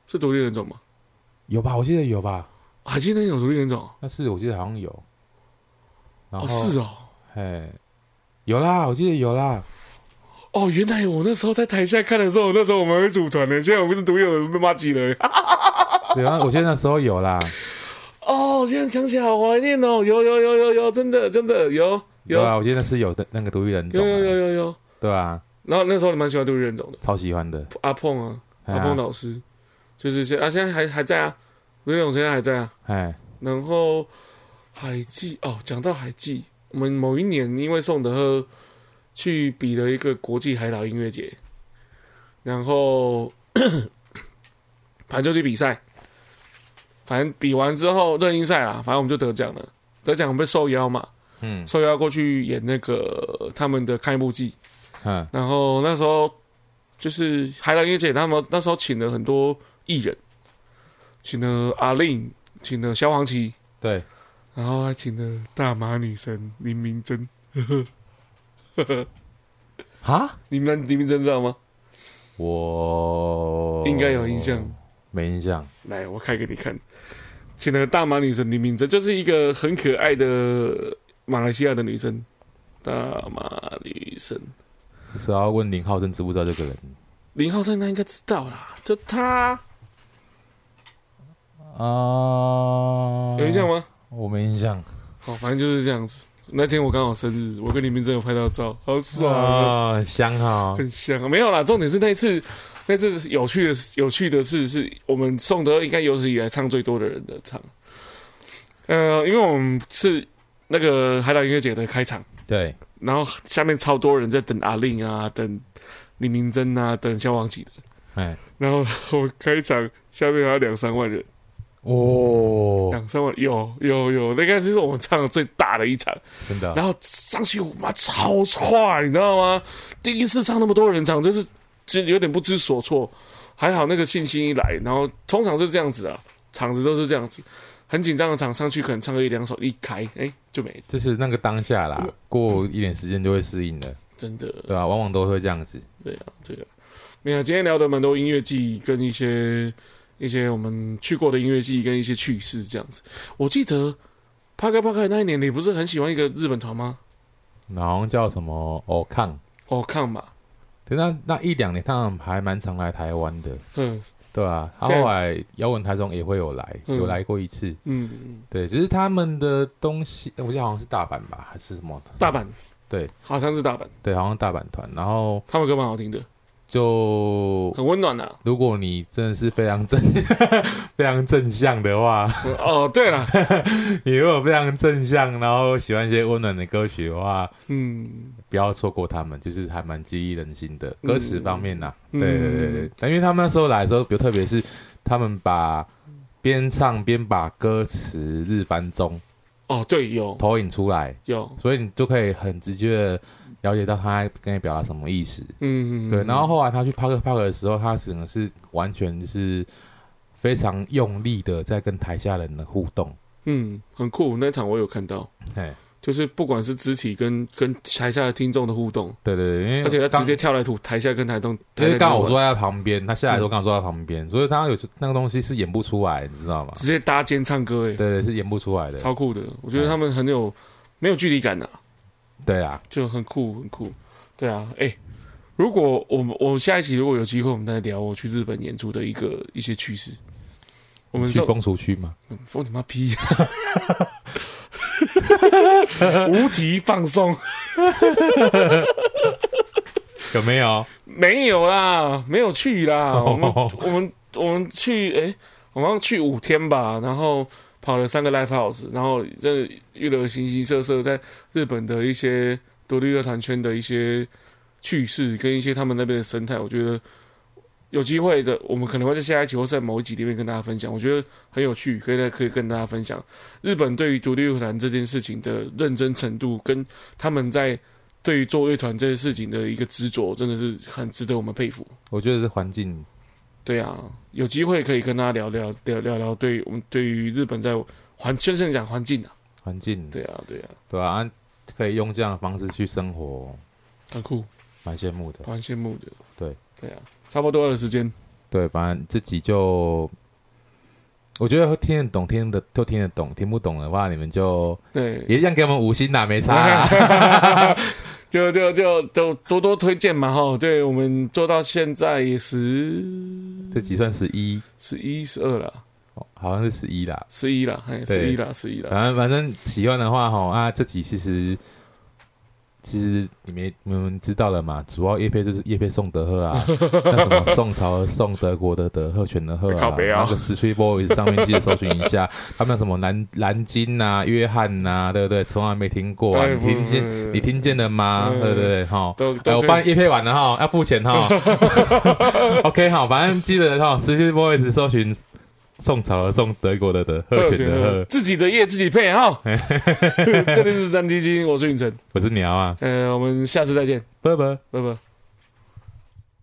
Speaker 2: 是独立人种吗？
Speaker 3: 有吧？我记得有吧？
Speaker 2: 海记那天有独立人种
Speaker 3: 那次我记得好像有。然
Speaker 2: 哦，
Speaker 3: 后、
Speaker 2: 是哦。
Speaker 3: 嘿，有啦，我记得有啦。
Speaker 2: 哦，原来我那时候在台下看的时候，那时候我们会组团的，现在我们是独立，我们被骂急了。
Speaker 3: 对啊，我记得那时候有啦，
Speaker 2: [laughs] 哦，现在讲起来好怀念哦，有有有有有，真的真的有有
Speaker 3: 有啊，我记得那是有的那个独立人种、
Speaker 2: 有
Speaker 3: 啊，
Speaker 2: 有有有有。
Speaker 3: 对啊，
Speaker 2: 然后那时候你蛮喜欢独立人种的，
Speaker 3: 超喜欢的。
Speaker 2: 阿碰啊，
Speaker 3: 嘿
Speaker 2: 阿
Speaker 3: 啊
Speaker 2: 碰老师，就是现啊，现在还还在啊，刘勇现在还在啊。
Speaker 3: 哎，
Speaker 2: 然后海记哦，讲到海记，我们某一年因为宋德赫去比了一个国际海岛音乐节，然后 [clears throat] 反正就去比赛，反正比完之后热音赛啦，反正我们就得奖了。得奖我们被受邀嘛，
Speaker 3: 嗯
Speaker 2: 受邀过去演那个他们的开幕季，
Speaker 3: 嗯，
Speaker 2: 然后那时候就是海浪音乐节，他们那时候请了很多艺人，请了阿令，请了萧煌奇，
Speaker 3: 对，
Speaker 2: 然后还请了大马女神林明珍。
Speaker 3: 哈，
Speaker 2: 你们林明珍知道吗？
Speaker 3: 我
Speaker 2: 应该有印象，
Speaker 3: 没印象。
Speaker 2: 来，我开给你看，请了大马女神林明珍，就是一个很可爱的马来西亚的女生。大马女神
Speaker 3: 是要问林浩生知不知道这个人？
Speaker 2: 林浩生，他应该知道啦，就她
Speaker 3: 啊、
Speaker 2: 有印象吗？
Speaker 3: 啊我没印象。
Speaker 2: 好，反正就是这样子。那天我刚好生日，我跟李明真有拍到照，好爽啊，
Speaker 3: 哇，很香哈、
Speaker 2: 很香啊。没有啦，重点是那一次，那次有趣的有趣的事是我们宋德应该有史以来唱最多的人的唱。呃，因为我们是那个海岛音乐节的开场，
Speaker 3: 对，
Speaker 2: 然后下面超多人在等阿令啊，等李明珍啊，等萧煌奇的。
Speaker 3: 哎，
Speaker 2: 然后我开场下面还有两三万人，
Speaker 3: 哦，
Speaker 2: 两三万有有有，那应该是我们唱的最大的一场。
Speaker 3: 真的
Speaker 2: 然后上去我妈超踹，你知道吗？第一次唱那么多人场，就是就有点不知所措。还好那个信心一来，然后通常是这样子啊，场子都是这样子，很紧张的场上去可能唱个一两首，一开哎就没，
Speaker 3: 就是那个当下啦，
Speaker 2: 嗯
Speaker 3: 过一点时间就会适应的，
Speaker 2: 真的
Speaker 3: 对吧、往往都会这样子。
Speaker 2: 对啊对啊。没有，今天聊的蛮多音乐季跟一些一些我们去过的音乐季跟一些趣事这样子。我记得帕克帕克那一年，你不是很喜欢一个日本团吗？
Speaker 3: 好像叫什么哦抗，
Speaker 2: 哦，看吧，
Speaker 3: 对，那那一两年他们还蛮常来台湾的，
Speaker 2: 嗯
Speaker 3: 对啊，他
Speaker 2: 现在
Speaker 3: 后来摇滚台中也会有来，
Speaker 2: 嗯
Speaker 3: 有来过一次，
Speaker 2: 嗯，嗯
Speaker 3: 对，只是他们的东西，我记得好像是大阪吧，还是什么？
Speaker 2: 大阪
Speaker 3: 对
Speaker 2: 好像是大阪。
Speaker 3: 对，好像大阪团。然后
Speaker 2: 他们歌蛮好听的，
Speaker 3: 就
Speaker 2: 很温暖
Speaker 3: [laughs]
Speaker 2: 的、啊。
Speaker 3: 如果你真的是非常正 [laughs] 非常正向的话， [laughs]
Speaker 2: 哦，对了，
Speaker 3: 你如果非常正向，然后喜欢一些温暖的歌曲的话，
Speaker 2: 嗯，
Speaker 3: 不要错过他们，就是还蛮激励人心的。歌词方面呐、啊
Speaker 2: 嗯
Speaker 3: 对对对对，但因为他们那时候来的时候，比如特别是他们把边唱边把歌词日翻中
Speaker 2: 哦，对，有
Speaker 3: 投影出来，
Speaker 2: 有，
Speaker 3: 所以你就可以很直接的了解到他跟你表达什么意思。
Speaker 2: 嗯，
Speaker 3: 对，然后后来他去 Park Park 的时候，他整个是完全是非常用力的在跟台下人的互动。
Speaker 2: 嗯，很酷，那场我有看到，
Speaker 3: 哎，
Speaker 2: 就是不管是肢体跟跟台下的听众的互动，
Speaker 3: 对对对，因为
Speaker 2: 而且他
Speaker 3: 刚
Speaker 2: 直接跳来吐台下跟台东，
Speaker 3: 因
Speaker 2: 台
Speaker 3: 为
Speaker 2: 下
Speaker 3: 刚好我
Speaker 2: 跟嗯
Speaker 3: 坐在他旁边，他下来的时候刚好坐在他旁边，所以他有那个东西是演不出来，你知道吗？
Speaker 2: 直接搭肩唱歌，哎，
Speaker 3: 对哎对，是演不出来的。
Speaker 2: 超酷的，我觉得他们很有没有距离感的、啊
Speaker 3: 对啊，
Speaker 2: 就很酷很酷，对啊，哎、如果我们我下一期如果有机会，我们再聊我去日本演出的一个一些趣事。我们
Speaker 3: 去
Speaker 2: 上
Speaker 3: 风俗区嘛，
Speaker 2: 嗯疯你妈逼、 [laughs] 无题放松，
Speaker 3: 有没
Speaker 2: [laughs]
Speaker 3: 有？
Speaker 2: 没有啦，没有去啦。我们
Speaker 3: 哦
Speaker 2: 我们我们去，哎、我们好像去五天吧，然后跑了三个 live house，然后这遇了形形色色在日本的一些独立乐团圈的一些趣事跟一些他们那边的生态，我觉得。有机会的，我们可能会在下一期或在某一集里面跟大家分享，我觉得很有趣，可以再可以跟大家分享日本对于独立乐团这件事情的认真程度，跟他们在对于做乐团这件事情的一个执着，真的是很值得我们佩服。
Speaker 3: 我觉得是环境，
Speaker 2: 对啊，有机会可以跟大家聊聊聊聊聊对于我们对于日本在环，就是讲环境啊，
Speaker 3: 环境
Speaker 2: 对啊对啊，
Speaker 3: 对吧、啊？可以用这样的方式去生活，
Speaker 2: 很酷，
Speaker 3: 蛮羡慕的。
Speaker 2: 蛮羡慕的。
Speaker 3: 对
Speaker 2: 对啊，差不多的时间，
Speaker 3: 对，反正自己就，我觉得听得懂，听得就听得懂，听不懂的话，你们就
Speaker 2: 对， [laughs]
Speaker 3: 也一样给我们五星啦，没差啦。
Speaker 2: 就就就都多多推荐嘛哈。对我们做到现在也十
Speaker 3: 这集算十一，
Speaker 2: 十一十二了，
Speaker 3: 哦好像是十一啦。
Speaker 2: 十一了，哎，十一了，十一了。
Speaker 3: 呃反正反正喜欢的话吼啊，这集其实其实你们你们知道了嘛，主要叶配就是叶配宋德
Speaker 2: [laughs]
Speaker 3: 赫啊，那什么宋朝的宋德国的德赫犬的赫
Speaker 2: 靠
Speaker 3: 啊，
Speaker 2: 北啊
Speaker 3: 那个 s t r e Boys 上面记得搜寻一
Speaker 2: [laughs]
Speaker 3: 下，他们有什么蓝蓝鲸啊、约翰呐、对不对？从来没听过啊，
Speaker 2: 哎
Speaker 3: 你
Speaker 2: 不
Speaker 3: 听
Speaker 2: 不不
Speaker 3: 见你听见了吗？
Speaker 2: 嗯
Speaker 3: 对不对？哈。
Speaker 2: 都
Speaker 3: 哎，
Speaker 2: 都
Speaker 3: 我
Speaker 2: 可以
Speaker 3: 帮叶配完了哈，要付钱
Speaker 2: [laughs]
Speaker 3: 哈。OK，好，反正基本上哈 s t r e Boys 搜寻宋朝的宋、德国的德、赫犬的赫，
Speaker 2: 自己的业自己配哈。 [laughs] 这里是三基金，我是云晨，
Speaker 3: 我是鸟啊。
Speaker 2: 呃，我们下次再见，
Speaker 3: 拜拜。
Speaker 2: 拜拜。